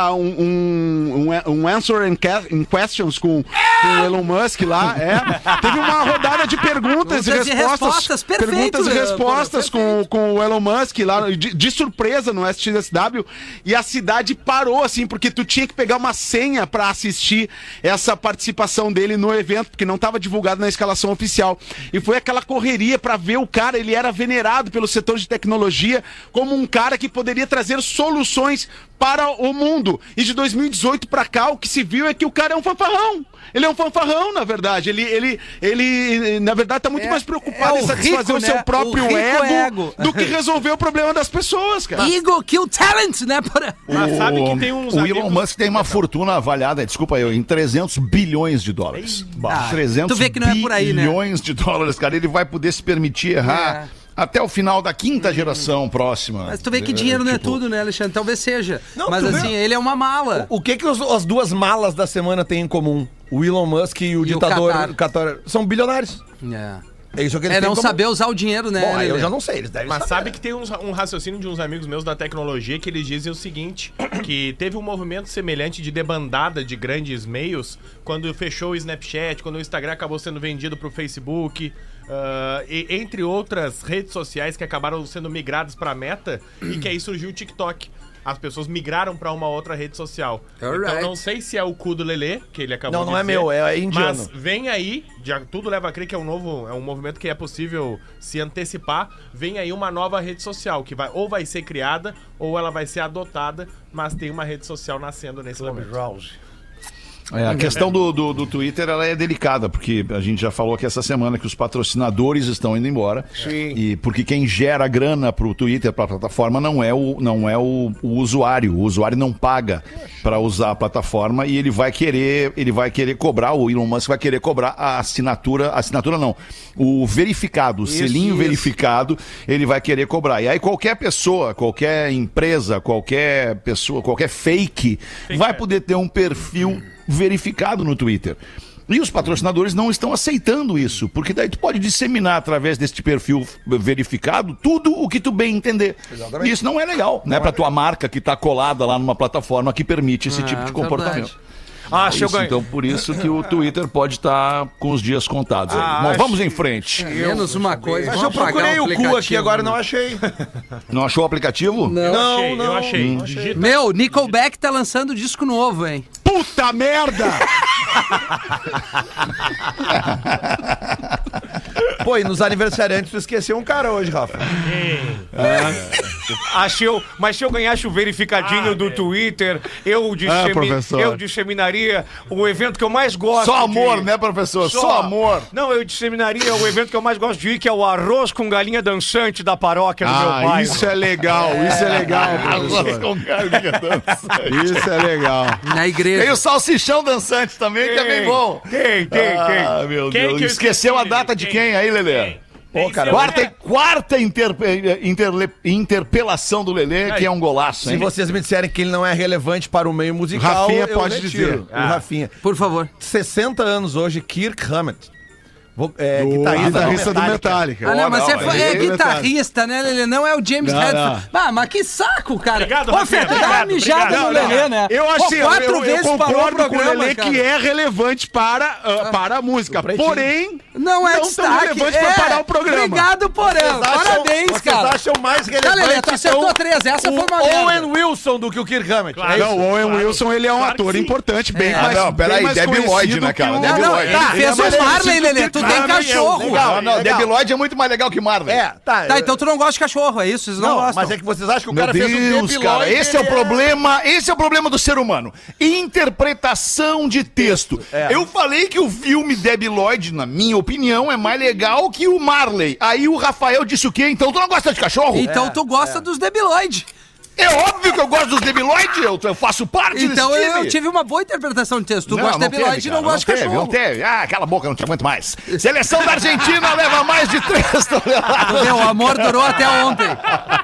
[SPEAKER 7] um, um, um answer and que- and questions com, com o Elon Musk lá, é. Teve uma rodada de perguntas e
[SPEAKER 5] Perguntas e
[SPEAKER 7] respostas.
[SPEAKER 5] respostas, perfeito,
[SPEAKER 7] perguntas e
[SPEAKER 5] Leandro,
[SPEAKER 7] respostas com, com o Elon Musk lá, de, de surpresa no SXSW, e a cidade parou, assim, porque tu tinha que pegar uma senha pra assistir essa participação dele no evento, porque não tava divulgado na escalação oficial. E foi aquela correria pra ver o cara, ele era venerado pelo setor de tecnologia como um cara que poderia trazer soluções para o mundo. E de 2018 pra cá, o que se viu é que o cara é um fanfarrão. Ele é um fanfarrão, na verdade. Ele, ele, ele na verdade, tá muito mais preocupado
[SPEAKER 5] é
[SPEAKER 7] em
[SPEAKER 5] o
[SPEAKER 7] satisfazer
[SPEAKER 5] rico,
[SPEAKER 7] o seu
[SPEAKER 5] né?
[SPEAKER 7] próprio
[SPEAKER 5] O rico
[SPEAKER 7] ego,
[SPEAKER 5] ego.
[SPEAKER 7] do que resolver o problema das pessoas,
[SPEAKER 4] Ah.
[SPEAKER 7] cara.
[SPEAKER 5] Eagle Kill Talent, né? Para...
[SPEAKER 8] Mas sabe que tem uns
[SPEAKER 3] o Elon
[SPEAKER 8] amigos-
[SPEAKER 3] Musk tem uma fortuna avaliada, desculpa eu, em 300 bilhões de dólares. Bah, 300
[SPEAKER 5] tu vê que não é por aí, né? É.
[SPEAKER 3] bilhões de dólares, cara. Ele vai poder se permitir errar. até o final da quinta geração próxima.
[SPEAKER 5] Mas tu vê que dinheiro não é
[SPEAKER 3] Tipo,
[SPEAKER 5] tudo, né, Alexandre? Talvez seja.
[SPEAKER 4] Não,
[SPEAKER 5] Mas
[SPEAKER 4] tu vê-
[SPEAKER 5] assim, ele é uma mala.
[SPEAKER 4] O que, que os- as duas malas da semana têm em comum? O Elon Musk e o
[SPEAKER 5] E o
[SPEAKER 4] ditador
[SPEAKER 5] Qatar.
[SPEAKER 4] o Qatar. São bilionários.
[SPEAKER 5] É.
[SPEAKER 4] É isso que eles
[SPEAKER 5] É
[SPEAKER 4] têm em
[SPEAKER 5] não
[SPEAKER 4] comum.
[SPEAKER 5] saber usar o dinheiro, né?
[SPEAKER 4] Bom, aí eu
[SPEAKER 5] Lelê?
[SPEAKER 4] já não sei, eles devem
[SPEAKER 8] Mas
[SPEAKER 4] saber.
[SPEAKER 8] sabe que tem uns- um raciocínio de uns amigos meus da tecnologia que eles dizem o seguinte: [CLEARS THROAT] que teve um movimento semelhante de debandada de grandes meios quando fechou o Snapchat, quando o Instagram acabou sendo vendido pro Facebook, ah, e, entre outras redes sociais que acabaram sendo migradas pra meta, e que aí surgiu o TikTok. As pessoas migraram pra uma outra rede social. Então
[SPEAKER 4] Alright.
[SPEAKER 8] não sei se é o cu do Lelê, que ele acabou
[SPEAKER 4] Não,
[SPEAKER 8] Tá de
[SPEAKER 4] não é
[SPEAKER 8] dizer,
[SPEAKER 4] meu, é- é indiano.
[SPEAKER 8] Mas Vem aí, já tudo leva a crer que é um novo, é um movimento que é possível se antecipar. Vem aí uma nova rede social que vai ou vai ser criada ou ela vai ser adotada, mas tem uma rede social nascendo nesse momento.
[SPEAKER 3] É, a questão do, do, do Twitter ela é delicada, porque a gente já falou aqui essa semana que os patrocinadores estão indo embora.
[SPEAKER 9] Sim.
[SPEAKER 3] E porque quem gera grana para o Twitter, para a plataforma, não é, o, não é o, o usuário. O usuário não paga para usar a plataforma e ele vai querer, ele vai querer cobrar, o Elon Musk vai querer cobrar a assinatura, a assinatura não, o verificado, o selinho verificado, ele vai querer cobrar. E aí qualquer pessoa, qualquer empresa, qualquer pessoa, qualquer fake vai poder ter um perfil verificado no Twitter. E os patrocinadores não estão aceitando isso, porque daí tu pode disseminar através deste perfil verificado tudo o que tu bem entender. E isso não é legal, né, para tua marca que tá colada lá numa plataforma que permite esse
[SPEAKER 5] Ah,
[SPEAKER 3] tipo de
[SPEAKER 5] verdade.
[SPEAKER 3] comportamento. Ah,
[SPEAKER 11] achei o ganho.
[SPEAKER 3] Então por isso que o Twitter pode estar com os dias contados. aí.
[SPEAKER 11] Ah,
[SPEAKER 3] Bom,
[SPEAKER 11] acho-
[SPEAKER 3] vamos em frente.
[SPEAKER 5] Menos uma coisa.
[SPEAKER 4] Mas eu
[SPEAKER 5] vamos apagar
[SPEAKER 4] procurei o cu aqui
[SPEAKER 5] aplicativo,
[SPEAKER 4] agora e
[SPEAKER 5] né?
[SPEAKER 4] não achei.
[SPEAKER 3] Não achou o aplicativo?
[SPEAKER 8] eu achei, eu achei.
[SPEAKER 4] Hum.
[SPEAKER 8] Digita-
[SPEAKER 5] Meu, Nickelback tá lançando disco novo, hein?
[SPEAKER 7] Puta merda!
[SPEAKER 4] Pô, e nos aniversariantes tu esqueceu um cara hoje, Rafa.
[SPEAKER 9] Achei, eu- mas se eu ganhasse o verificadinho do Twitter, eu, dissemi-
[SPEAKER 7] professor.
[SPEAKER 9] eu disseminaria o evento que eu mais gosto.
[SPEAKER 3] [LAUGHS] Só
[SPEAKER 9] de-
[SPEAKER 3] amor, né, professor? Só, amor.
[SPEAKER 9] Não, eu disseminaria o evento que eu mais gosto de ir, que é o arroz com galinha dançante da paróquia do
[SPEAKER 4] Ah,
[SPEAKER 9] meu pai.
[SPEAKER 4] né?
[SPEAKER 7] isso é legal, isso
[SPEAKER 3] [LAUGHS]
[SPEAKER 7] é
[SPEAKER 4] [LAUGHS]
[SPEAKER 7] legal,
[SPEAKER 3] Arroz
[SPEAKER 7] professor.
[SPEAKER 3] com galinha dançante.
[SPEAKER 7] Isso é legal.
[SPEAKER 5] Na igreja.
[SPEAKER 3] Tem o salsichão dançante também, que é bem bom.
[SPEAKER 9] Tem, tem, tem.
[SPEAKER 3] Ah, meu
[SPEAKER 8] Quem
[SPEAKER 3] Deus.
[SPEAKER 8] que eu
[SPEAKER 3] Esqueceu
[SPEAKER 8] esqueci,
[SPEAKER 3] a data de
[SPEAKER 8] Lelê?
[SPEAKER 3] quem aí, Lelê?
[SPEAKER 8] Quem?
[SPEAKER 3] Pô,
[SPEAKER 8] Tem
[SPEAKER 3] cara,
[SPEAKER 8] seu-
[SPEAKER 3] quarta, quarta interpe- interle- interpelação do Lelê, que é um golaço,
[SPEAKER 4] Se
[SPEAKER 3] hein?
[SPEAKER 4] vocês me disserem que ele não é relevante para o meio musical,
[SPEAKER 7] Rafinha
[SPEAKER 4] eu
[SPEAKER 7] pode
[SPEAKER 4] retiro.
[SPEAKER 7] dizer.
[SPEAKER 4] O Rafinha.
[SPEAKER 5] Por favor.
[SPEAKER 4] 60 anos hoje, Kirk Hammett. Vou, é,
[SPEAKER 7] O
[SPEAKER 4] guitarrista,
[SPEAKER 7] guitarrista do
[SPEAKER 4] Metallica.
[SPEAKER 7] Metallica.
[SPEAKER 5] Ah, não, mas você foi-
[SPEAKER 7] aí
[SPEAKER 5] é,
[SPEAKER 7] é
[SPEAKER 5] guitarrista, né, Lelê? Não é o James
[SPEAKER 7] Não,
[SPEAKER 5] Redford. Ah, mas que saco, cara.
[SPEAKER 8] Obrigado,
[SPEAKER 5] Ô,
[SPEAKER 8] Rafinha,
[SPEAKER 5] Fê, tu dá uma
[SPEAKER 8] obrigado,
[SPEAKER 5] mijada
[SPEAKER 8] obrigado.
[SPEAKER 5] no
[SPEAKER 8] Não,
[SPEAKER 5] Lelê, né?
[SPEAKER 7] Eu
[SPEAKER 5] Pô,
[SPEAKER 7] achei,
[SPEAKER 5] quatro
[SPEAKER 7] eu, eu
[SPEAKER 5] vezes parou o
[SPEAKER 7] concordo com o
[SPEAKER 5] programa,
[SPEAKER 7] Lelê
[SPEAKER 5] cara.
[SPEAKER 7] que é relevante para, ah, para a música. Porém,
[SPEAKER 5] Não é
[SPEAKER 7] não tão
[SPEAKER 5] destaque.
[SPEAKER 7] relevante
[SPEAKER 5] é.
[SPEAKER 7] para parar o programa.
[SPEAKER 5] Obrigado, Porã.
[SPEAKER 4] Vocês acham-
[SPEAKER 5] Parabéns,
[SPEAKER 4] vocês
[SPEAKER 5] cara.
[SPEAKER 4] acham mais relevante?
[SPEAKER 5] Tá, Lelê, tu acertou
[SPEAKER 4] então,
[SPEAKER 5] três, essa
[SPEAKER 4] o
[SPEAKER 5] foi uma merda.
[SPEAKER 4] Owen Wilson do que o Kirk Hammett.
[SPEAKER 8] Claro.
[SPEAKER 4] É isso?
[SPEAKER 7] não, o Owen
[SPEAKER 8] Claro,
[SPEAKER 7] Wilson ele é um
[SPEAKER 8] claro
[SPEAKER 7] ator
[SPEAKER 8] que sim.
[SPEAKER 7] importante, bem
[SPEAKER 5] É.
[SPEAKER 7] mais
[SPEAKER 3] Ah, não, peraí,
[SPEAKER 7] bem mais
[SPEAKER 3] Debbie Lloyd,
[SPEAKER 7] conhecido
[SPEAKER 3] né, cara?
[SPEAKER 7] que o-
[SPEAKER 5] Não,
[SPEAKER 3] Debbie
[SPEAKER 5] não,
[SPEAKER 3] Lloyd.
[SPEAKER 5] tá,
[SPEAKER 7] Ele
[SPEAKER 5] fez
[SPEAKER 7] é
[SPEAKER 5] o
[SPEAKER 7] mais
[SPEAKER 5] Marley,
[SPEAKER 7] parecido
[SPEAKER 5] Lelê.
[SPEAKER 7] que o
[SPEAKER 5] Tu tem
[SPEAKER 7] Marley, é um
[SPEAKER 5] cachorro.
[SPEAKER 3] Ah, não,
[SPEAKER 4] legal.
[SPEAKER 3] Debbie Lloyd é muito mais legal que Marvel.
[SPEAKER 4] É, tá.
[SPEAKER 5] Tá, então tu não gosta de cachorro, é isso? Vocês não,
[SPEAKER 4] Não,
[SPEAKER 5] gostam.
[SPEAKER 4] mas é que vocês acham que o
[SPEAKER 3] Meu
[SPEAKER 4] cara
[SPEAKER 3] Deus,
[SPEAKER 4] fez um
[SPEAKER 3] cara, esse é o problema, esse é o problema do ser humano. Interpretação de texto.
[SPEAKER 4] É.
[SPEAKER 3] Eu falei que o filme Debbie Lloyd, na minha opinião, é mais legal que o Marley. Aí o Rafael disse o quê? Então tu não gosta de cachorro?
[SPEAKER 5] Então tu gosta dos debiloides.
[SPEAKER 3] É óbvio que eu gosto dos Debbie Lloyd, eu, eu faço parte
[SPEAKER 5] Então
[SPEAKER 3] desse
[SPEAKER 5] eu
[SPEAKER 3] time.
[SPEAKER 5] tive uma boa interpretação de texto. Tu gosta de
[SPEAKER 3] não teve,
[SPEAKER 5] debiloide e não
[SPEAKER 3] cara,
[SPEAKER 5] gosta de
[SPEAKER 3] teve, Não
[SPEAKER 5] cachorro.
[SPEAKER 3] teve. Ah, cala a boca, não te aguento mais. Seleção da Argentina [LAUGHS] leva mais de três toneladas.
[SPEAKER 5] Meu, o amor durou até ontem.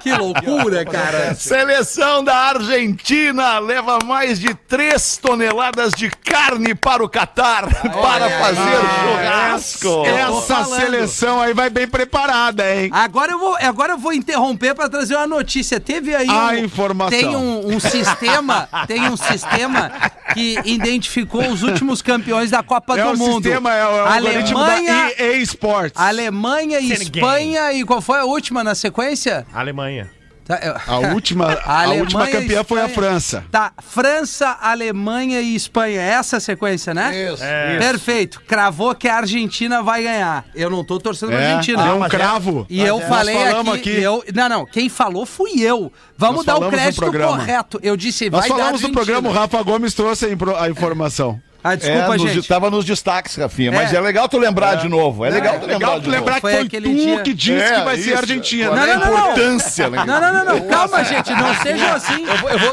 [SPEAKER 5] Que loucura, cara.
[SPEAKER 3] Seleção da Argentina leva mais de 3 toneladas de carne para o Catar [LAUGHS] para
[SPEAKER 5] ai,
[SPEAKER 4] é
[SPEAKER 3] fazer
[SPEAKER 4] Ah,
[SPEAKER 7] ai.
[SPEAKER 3] é churrasco.
[SPEAKER 5] É. Eu tô
[SPEAKER 7] Essa
[SPEAKER 5] falando.
[SPEAKER 7] seleção aí vai bem preparada, hein?
[SPEAKER 5] Agora eu vou, agora eu vou interromper para trazer uma notícia. Teve aí
[SPEAKER 7] A informação.
[SPEAKER 5] Tem um, um sistema, tem um sistema que identificou os últimos campeões da Copa
[SPEAKER 7] é
[SPEAKER 5] do
[SPEAKER 7] o
[SPEAKER 5] Mundo.
[SPEAKER 7] sistema, é o, é o algoritmo da
[SPEAKER 5] Alemanha,
[SPEAKER 7] EA Sports.
[SPEAKER 5] Alemanha e
[SPEAKER 8] Senigen.
[SPEAKER 5] Espanha e qual foi a última na sequência?
[SPEAKER 8] Alemanha.
[SPEAKER 5] Tá, eu-
[SPEAKER 7] A última, a
[SPEAKER 5] [LAUGHS] Alemanha
[SPEAKER 7] última
[SPEAKER 5] e
[SPEAKER 7] campeã foi a
[SPEAKER 5] Espanha.
[SPEAKER 7] França.
[SPEAKER 5] Tá, França, Alemanha e Espanha. Essa é a sequência, né? Isso.
[SPEAKER 8] É.
[SPEAKER 5] Perfeito. Cravou que a Argentina vai ganhar. Eu não tô torcendo pra
[SPEAKER 7] É,
[SPEAKER 5] Argentina.
[SPEAKER 7] deu
[SPEAKER 5] Ah,
[SPEAKER 7] um
[SPEAKER 5] mas é.
[SPEAKER 7] cravo.
[SPEAKER 5] E eu
[SPEAKER 7] Nós
[SPEAKER 5] falei aqui,
[SPEAKER 7] falamos aqui.
[SPEAKER 5] Eu, não, não. Quem falou fui eu. Vamos
[SPEAKER 7] Nós
[SPEAKER 5] dar o
[SPEAKER 7] falamos no
[SPEAKER 5] crédito
[SPEAKER 7] programa.
[SPEAKER 5] correto. Eu disse,
[SPEAKER 7] Nós
[SPEAKER 5] vai dar
[SPEAKER 7] falamos do
[SPEAKER 5] Argentina.
[SPEAKER 7] programa, o Rafa Gomes trouxe a impro- a informação.
[SPEAKER 5] Ah, desculpa,
[SPEAKER 3] é, nos-
[SPEAKER 5] gente.
[SPEAKER 3] Tava nos destaques, Rafinha, mas
[SPEAKER 5] É.
[SPEAKER 3] é legal tu lembrar
[SPEAKER 5] É.
[SPEAKER 3] de novo. É legal
[SPEAKER 5] É,
[SPEAKER 3] tu
[SPEAKER 5] legal
[SPEAKER 3] lembrar
[SPEAKER 5] tu
[SPEAKER 3] de
[SPEAKER 5] lembrar
[SPEAKER 3] novo.
[SPEAKER 5] que Foi foi aquele tu dia- que disse
[SPEAKER 3] É,
[SPEAKER 5] que vai ser
[SPEAKER 3] isso.
[SPEAKER 5] Argentina.
[SPEAKER 7] né,
[SPEAKER 13] né?
[SPEAKER 3] Olha a
[SPEAKER 5] Não, não, não.
[SPEAKER 3] importância,
[SPEAKER 13] [LAUGHS]
[SPEAKER 3] né?
[SPEAKER 5] Não, não, não, não. Calma, gente. Não sejam assim.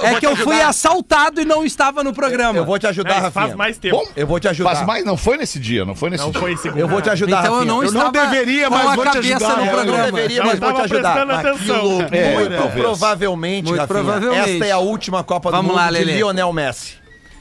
[SPEAKER 5] é que eu fui assaltado e não estava no programa. Eu
[SPEAKER 4] vou te
[SPEAKER 5] É,
[SPEAKER 3] ajudar,
[SPEAKER 8] É,
[SPEAKER 3] Rafinha.
[SPEAKER 4] faz mais tempo.
[SPEAKER 3] Bom,
[SPEAKER 4] eu vou te ajudar.
[SPEAKER 3] Faz mais, não foi nesse dia, não foi nesse dia.
[SPEAKER 8] um,
[SPEAKER 4] Eu vou te ajudar,
[SPEAKER 5] Então eu não
[SPEAKER 4] Rafinha.
[SPEAKER 5] estava com a cabeça no
[SPEAKER 4] Eu
[SPEAKER 5] programa.
[SPEAKER 4] não deveria,
[SPEAKER 5] Eu
[SPEAKER 4] mas vou te
[SPEAKER 5] estava
[SPEAKER 4] ajudar.
[SPEAKER 5] prestando
[SPEAKER 4] Ah, que
[SPEAKER 5] atenção.
[SPEAKER 4] loucura.
[SPEAKER 5] É,
[SPEAKER 4] Muito
[SPEAKER 5] talvez.
[SPEAKER 4] provavelmente,
[SPEAKER 5] Muito
[SPEAKER 4] Rafinha,
[SPEAKER 5] provavelmente.
[SPEAKER 4] esta é a última Copa
[SPEAKER 5] Vamos
[SPEAKER 4] do Mundo
[SPEAKER 5] lá,
[SPEAKER 4] de
[SPEAKER 5] Lelê.
[SPEAKER 4] Lionel Messi.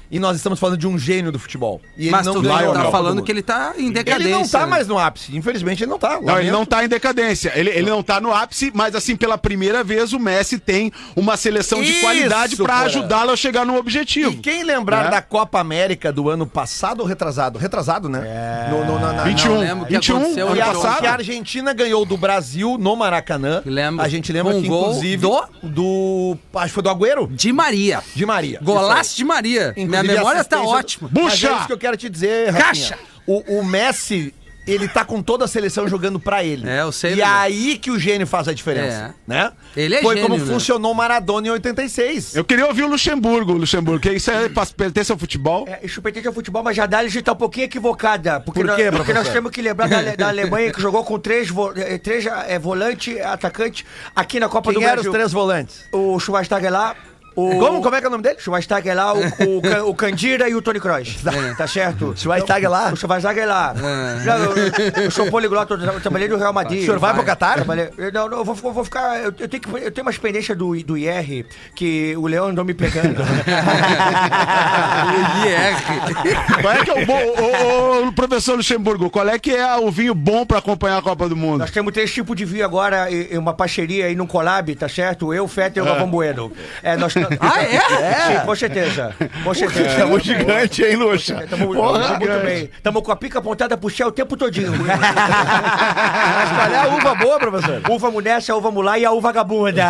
[SPEAKER 4] E nós estamos falando de um gênio do futebol. E ele
[SPEAKER 5] Mas
[SPEAKER 4] não
[SPEAKER 5] tu
[SPEAKER 4] ganhou a
[SPEAKER 5] tá
[SPEAKER 4] Copa do
[SPEAKER 5] falando
[SPEAKER 4] Mundo.
[SPEAKER 5] que ele tá em decadência.
[SPEAKER 4] Ele não tá
[SPEAKER 5] né?
[SPEAKER 4] mais no ápice. Infelizmente, ele não tá.
[SPEAKER 13] Não, ele
[SPEAKER 4] Lamento.
[SPEAKER 13] não tá em decadência. Ele, ele não tá no ápice, mas assim, pela primeira vez o Messi tem uma seleção de
[SPEAKER 4] Isso,
[SPEAKER 13] qualidade pra
[SPEAKER 4] porra.
[SPEAKER 13] ajudá-lo a chegar no objetivo.
[SPEAKER 4] E quem lembrar
[SPEAKER 13] Né?
[SPEAKER 4] da Copa América do ano passado ou retrasado? Retrasado, né? No, no, na, na,
[SPEAKER 13] 21.
[SPEAKER 4] na-
[SPEAKER 5] lembro o que
[SPEAKER 13] 21,
[SPEAKER 5] aconteceu
[SPEAKER 4] E é
[SPEAKER 5] ano
[SPEAKER 4] a,
[SPEAKER 5] passado.
[SPEAKER 4] que a Argentina ganhou do Brasil no Maracanã.
[SPEAKER 5] Lembro.
[SPEAKER 4] A gente lembra
[SPEAKER 5] Com
[SPEAKER 4] que,
[SPEAKER 5] um gol
[SPEAKER 4] inclusive,
[SPEAKER 5] do-
[SPEAKER 4] do- Acho que foi do Agüero?
[SPEAKER 5] De Maria.
[SPEAKER 4] De Maria.
[SPEAKER 5] Golaço de Maria. Minha
[SPEAKER 4] Inclusive,
[SPEAKER 5] memória tá
[SPEAKER 4] assistência-
[SPEAKER 5] ótima. [LAUGHS]
[SPEAKER 4] Mas é isso que eu quero te dizer, Rafinha.
[SPEAKER 5] Caixa!
[SPEAKER 4] O, o Messi, ele tá com toda a seleção jogando pra ele.
[SPEAKER 5] É, eu sei,
[SPEAKER 4] E
[SPEAKER 5] Lelê.
[SPEAKER 4] aí que o gênio faz a diferença,
[SPEAKER 5] É.
[SPEAKER 4] né?
[SPEAKER 5] Ele é
[SPEAKER 4] Foi
[SPEAKER 5] gênio,
[SPEAKER 4] como
[SPEAKER 5] né?
[SPEAKER 4] funcionou o Maradona em 86.
[SPEAKER 13] Eu queria ouvir o Luxemburgo, o Luxemburgo, que isso
[SPEAKER 3] Hum.
[SPEAKER 13] é faz- pertence ao futebol.
[SPEAKER 9] É, chupetinha de futebol, mas a análise está um pouquinho equivocada. Porque,
[SPEAKER 4] Por
[SPEAKER 9] nós,
[SPEAKER 4] quê,
[SPEAKER 9] porque nós
[SPEAKER 4] professor?
[SPEAKER 9] temos que lembrar da, Ale- da Alemanha que jogou com três, vo, eh, três eh, volante, atacante, aqui na Copa
[SPEAKER 4] Quem
[SPEAKER 9] do
[SPEAKER 4] eram
[SPEAKER 9] Brasil.
[SPEAKER 4] os três volantes?
[SPEAKER 9] O Schweinsteiger lá. O...
[SPEAKER 4] Como? Como é que é o nome dele?
[SPEAKER 9] Schweinsteiger lá, o, o,
[SPEAKER 4] [LAUGHS]
[SPEAKER 9] Can- o Candira e o Tony Kroos. Tá certo?
[SPEAKER 4] É. Schweinsteiger lá? Ah.
[SPEAKER 9] O Schweinsteiger lá. Não, eu, eu sou poliglota, eu tra- eu trabalhei no Real Madrid.
[SPEAKER 4] O senhor vai
[SPEAKER 9] Mas-
[SPEAKER 4] pro Catar?
[SPEAKER 9] trabalhei- eu- Não, não, eu vou, eu vou ficar... Eu, eu tenho que, eu tenho umas pendências do, do IR que o Leão andou
[SPEAKER 4] [LAUGHS]
[SPEAKER 9] me pegando.
[SPEAKER 13] Qual é que é o bom, ô, ô, ô, professor Luxemburgo, qual é que é o vinho bom pra acompanhar a Copa do Mundo?
[SPEAKER 9] Nós temos três tipos de vinho agora, e, e uma parceria e num collab, tá certo? Eu, Feta e
[SPEAKER 4] Ah.
[SPEAKER 9] o Galvão Bueno. É, nós...
[SPEAKER 5] Ah, é?
[SPEAKER 9] [LAUGHS] Sim, com certeza. Com certeza.
[SPEAKER 3] Estamos É gigante, hein, Luxa?
[SPEAKER 8] É,
[SPEAKER 9] É,
[SPEAKER 8] tá
[SPEAKER 9] Tamo, tamo muito bem. Tamo com a pica apontada pro céu o tempo todinho. Mas
[SPEAKER 4] qual é a uva boa, professor?
[SPEAKER 9] Uva mulher, a uva mulá e a uva vagabunda.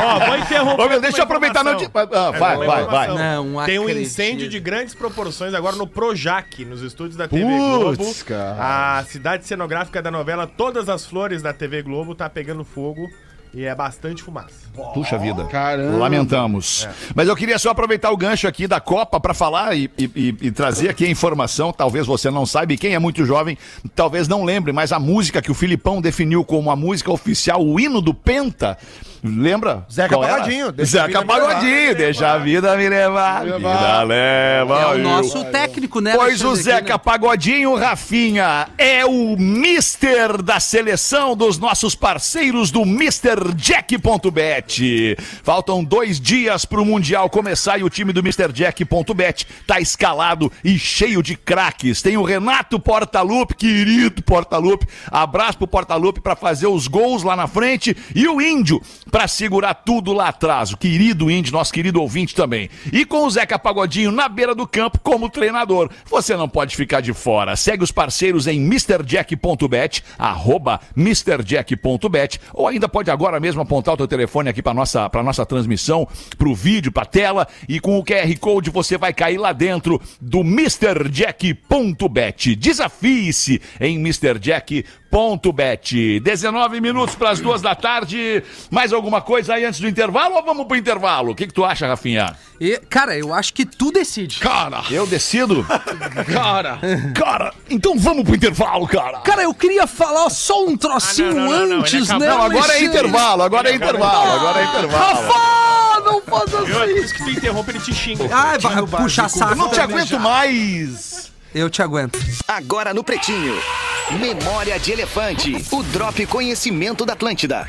[SPEAKER 8] Ó, vou interromper.
[SPEAKER 3] Ô, meu, deixa eu
[SPEAKER 8] uma
[SPEAKER 3] aproveitar meu
[SPEAKER 8] informação.
[SPEAKER 3] dia- Ah, vai,
[SPEAKER 8] tá
[SPEAKER 3] vai,
[SPEAKER 8] É, uma informação.
[SPEAKER 3] vai.
[SPEAKER 5] Não
[SPEAKER 8] Tem um
[SPEAKER 5] acredito.
[SPEAKER 8] incêndio de grandes proporções agora no Projac, nos estúdios da TV Globo.
[SPEAKER 13] Putz, cara.
[SPEAKER 8] A cidade cenográfica da novela Todas as Flores da TV Globo tá pegando fogo e é bastante fumaça.
[SPEAKER 3] Puxa vida.
[SPEAKER 13] Caramba.
[SPEAKER 3] Lamentamos.
[SPEAKER 4] É.
[SPEAKER 3] Mas eu queria só aproveitar o gancho aqui da Copa para falar e, e- e- e trazer aqui a informação. Talvez você não saiba, e quem é muito jovem talvez não lembre, mas a música que o Filipão definiu como a música oficial, o hino do Penta. Lembra?
[SPEAKER 4] Zeca
[SPEAKER 3] Qual era?
[SPEAKER 4] Pagodinho, Deixa a
[SPEAKER 3] Zeca
[SPEAKER 4] Vida Me Levar.
[SPEAKER 3] Pagodinho, deixa a vida me levar. Vida leva.
[SPEAKER 5] É o
[SPEAKER 3] eu.
[SPEAKER 5] nosso técnico, né?
[SPEAKER 3] Pois o
[SPEAKER 5] Alexandre,
[SPEAKER 3] Zeca
[SPEAKER 5] aqui,
[SPEAKER 3] Pagodinho, Rafinha, é o mister da seleção dos nossos parceiros do Mr. Jack.bet. Faltam dois dias pro Mundial começar e o time do Mr. Jack.bet tá escalado e cheio de craques. Tem o Renato Portaluppi, querido Portaluppi, abraço pro Portaluppi pra fazer os gols lá na frente e o Índio pra segurar tudo lá atrás. O querido Índio, nosso querido ouvinte também. E com o Zeca Pagodinho na beira do campo como treinador. Você não pode ficar de fora. Segue os parceiros em MrJack.bet, arroba MrJack.bet, ou ainda pode agora mesmo apontar o teu telefone aqui para nossa, pra nossa transmissão, para o vídeo, para tela, e com o QR Code você vai cair lá dentro do MrJack.bet. Desafie-se em MrJack.bet. 19 minutos para as duas da tarde. Mais alguma coisa aí antes do intervalo ou vamos para o intervalo? O que, que tu acha, Rafinha?
[SPEAKER 5] E, cara, eu acho que tu decide.
[SPEAKER 13] Cara,
[SPEAKER 3] Eu decido?
[SPEAKER 13] cara.
[SPEAKER 3] [LAUGHS] Cara, então vamos pro intervalo, cara.
[SPEAKER 5] Cara, eu queria falar só um trocinho
[SPEAKER 8] Ah, não, não, não, não,
[SPEAKER 5] antes,
[SPEAKER 8] ele acabou.
[SPEAKER 5] né?
[SPEAKER 3] Não, agora é
[SPEAKER 5] Alexandre?
[SPEAKER 3] intervalo, agora é intervalo, agora é intervalo.
[SPEAKER 5] Rafa, não faz
[SPEAKER 8] Eu,
[SPEAKER 5] assim.
[SPEAKER 8] por isso que tu interrompe, ele te xinga.
[SPEAKER 5] Ai, Ah, vai puxar saco.
[SPEAKER 3] Eu não te
[SPEAKER 5] também.
[SPEAKER 3] aguento mais.
[SPEAKER 5] Eu te aguento.
[SPEAKER 11] Agora no Pretinho. Memória de Elefante. O Drop Conhecimento da Atlântida.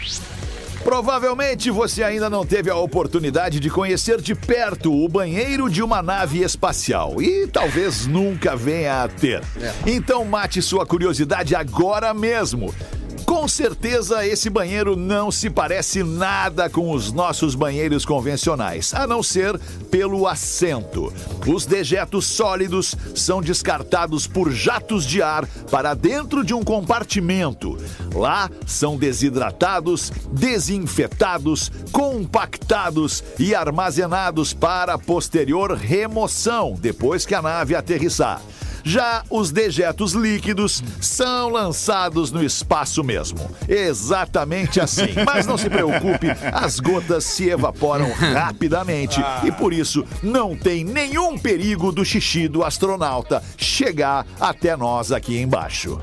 [SPEAKER 3] Provavelmente você ainda não teve a oportunidade de conhecer de perto o banheiro de uma nave espacial e talvez nunca venha a ter. Então mate sua curiosidade agora mesmo. Com certeza esse banheiro não se parece nada com os nossos banheiros convencionais, a não ser pelo assento. Os dejetos sólidos são descartados por jatos de ar para dentro de um compartimento. Lá são desidratados, desinfetados, compactados e armazenados para posterior remoção depois que a nave aterrissar. Já os dejetos líquidos são lançados no espaço mesmo. Exatamente assim. Mas não se preocupe, as gotas se
[SPEAKER 11] [LAUGHS]
[SPEAKER 3] evaporam rapidamente e por isso não tem nenhum perigo do xixi do astronauta chegar até nós aqui embaixo.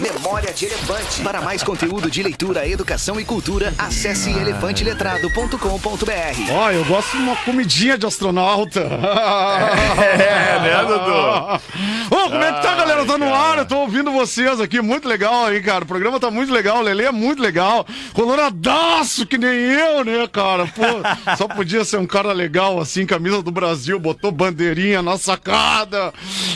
[SPEAKER 14] Memória de Elefante. Para mais conteúdo de leitura, educação e cultura, acesse elefanteletrado.com.br.
[SPEAKER 7] Ó, eu gosto de uma comidinha de astronauta.
[SPEAKER 3] É, né,
[SPEAKER 7] Dudu? Ô, como é que tá,
[SPEAKER 3] Ai,
[SPEAKER 7] galera? Tá no
[SPEAKER 3] cara.
[SPEAKER 7] ar, eu tô ouvindo vocês aqui, muito legal aí, cara. O programa tá muito legal, o Lelê é muito legal. Coloradaço que nem eu, né, cara? Pô, só podia ser um cara legal assim, camisa do Brasil, botou bandeirinha na sacada.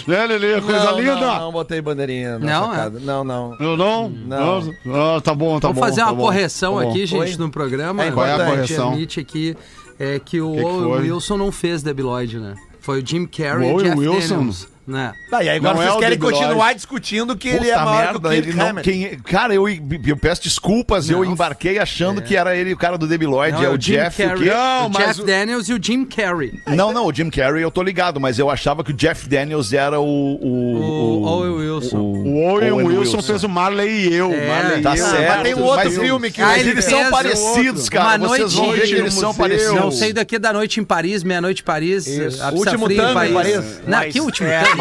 [SPEAKER 7] Né, Lelê? Coisa
[SPEAKER 4] Não, não,
[SPEAKER 7] linda.
[SPEAKER 4] Não, botei bandeirinha. na
[SPEAKER 7] Não, é?
[SPEAKER 4] sacada. Não, não.
[SPEAKER 7] Eu não?
[SPEAKER 4] Não.
[SPEAKER 7] Ah, tá bom, tá
[SPEAKER 4] Vamos
[SPEAKER 7] bom.
[SPEAKER 4] fazer
[SPEAKER 7] tá
[SPEAKER 4] uma
[SPEAKER 7] bom,
[SPEAKER 5] correção
[SPEAKER 7] tá bom.
[SPEAKER 5] aqui, gente,
[SPEAKER 7] Oi?
[SPEAKER 5] no programa.
[SPEAKER 7] É Qual é a
[SPEAKER 5] importante,
[SPEAKER 7] correção?
[SPEAKER 5] admite aqui é que o
[SPEAKER 7] Que que foi?
[SPEAKER 5] Wilson não fez debiloide, né? Foi o Jim Carrey e
[SPEAKER 7] O
[SPEAKER 5] o Jeff
[SPEAKER 7] Wilson?
[SPEAKER 5] Daniels, né?
[SPEAKER 4] Tá, e aí agora
[SPEAKER 3] Não
[SPEAKER 4] vocês
[SPEAKER 3] é o
[SPEAKER 4] querem
[SPEAKER 3] Big Brother.
[SPEAKER 4] continuar discutindo que ele é
[SPEAKER 3] Puta
[SPEAKER 4] maior que
[SPEAKER 3] merda,
[SPEAKER 4] o Kirk
[SPEAKER 3] ele não-
[SPEAKER 4] Hammett.
[SPEAKER 3] quem- Cara, eu, eu peço desculpas, eu embarquei achando que era ele o cara do Debiloid,
[SPEAKER 5] Não,
[SPEAKER 3] é o, Jeff.
[SPEAKER 5] Carrey,
[SPEAKER 3] o quê?
[SPEAKER 5] o Jeff Daniels e o Jim Carrey.
[SPEAKER 3] Não, não, o Jim Carrey eu tô ligado, mas eu achava que o Jeff Daniels era o. O, o,
[SPEAKER 5] Owen Wilson.
[SPEAKER 3] O,
[SPEAKER 7] O Owen Wilson, fez o Marley e eu.
[SPEAKER 3] É,
[SPEAKER 7] Marley
[SPEAKER 3] tá
[SPEAKER 7] e eu.
[SPEAKER 3] certo. Mas tem um outro filme que- Ah, ele
[SPEAKER 7] eles
[SPEAKER 3] fez
[SPEAKER 7] são
[SPEAKER 3] o
[SPEAKER 7] parecidos,
[SPEAKER 3] outro.
[SPEAKER 7] cara.
[SPEAKER 3] Uma vocês vão ver que eles são parecidos.
[SPEAKER 5] Não sei daqui da noite em Paris, meia-noite em Paris.
[SPEAKER 9] Isso.
[SPEAKER 5] absça
[SPEAKER 9] Último
[SPEAKER 5] fria
[SPEAKER 9] tango em Paris.
[SPEAKER 5] Não,
[SPEAKER 9] Mas-
[SPEAKER 5] que último
[SPEAKER 9] é,
[SPEAKER 5] tango?
[SPEAKER 9] mas-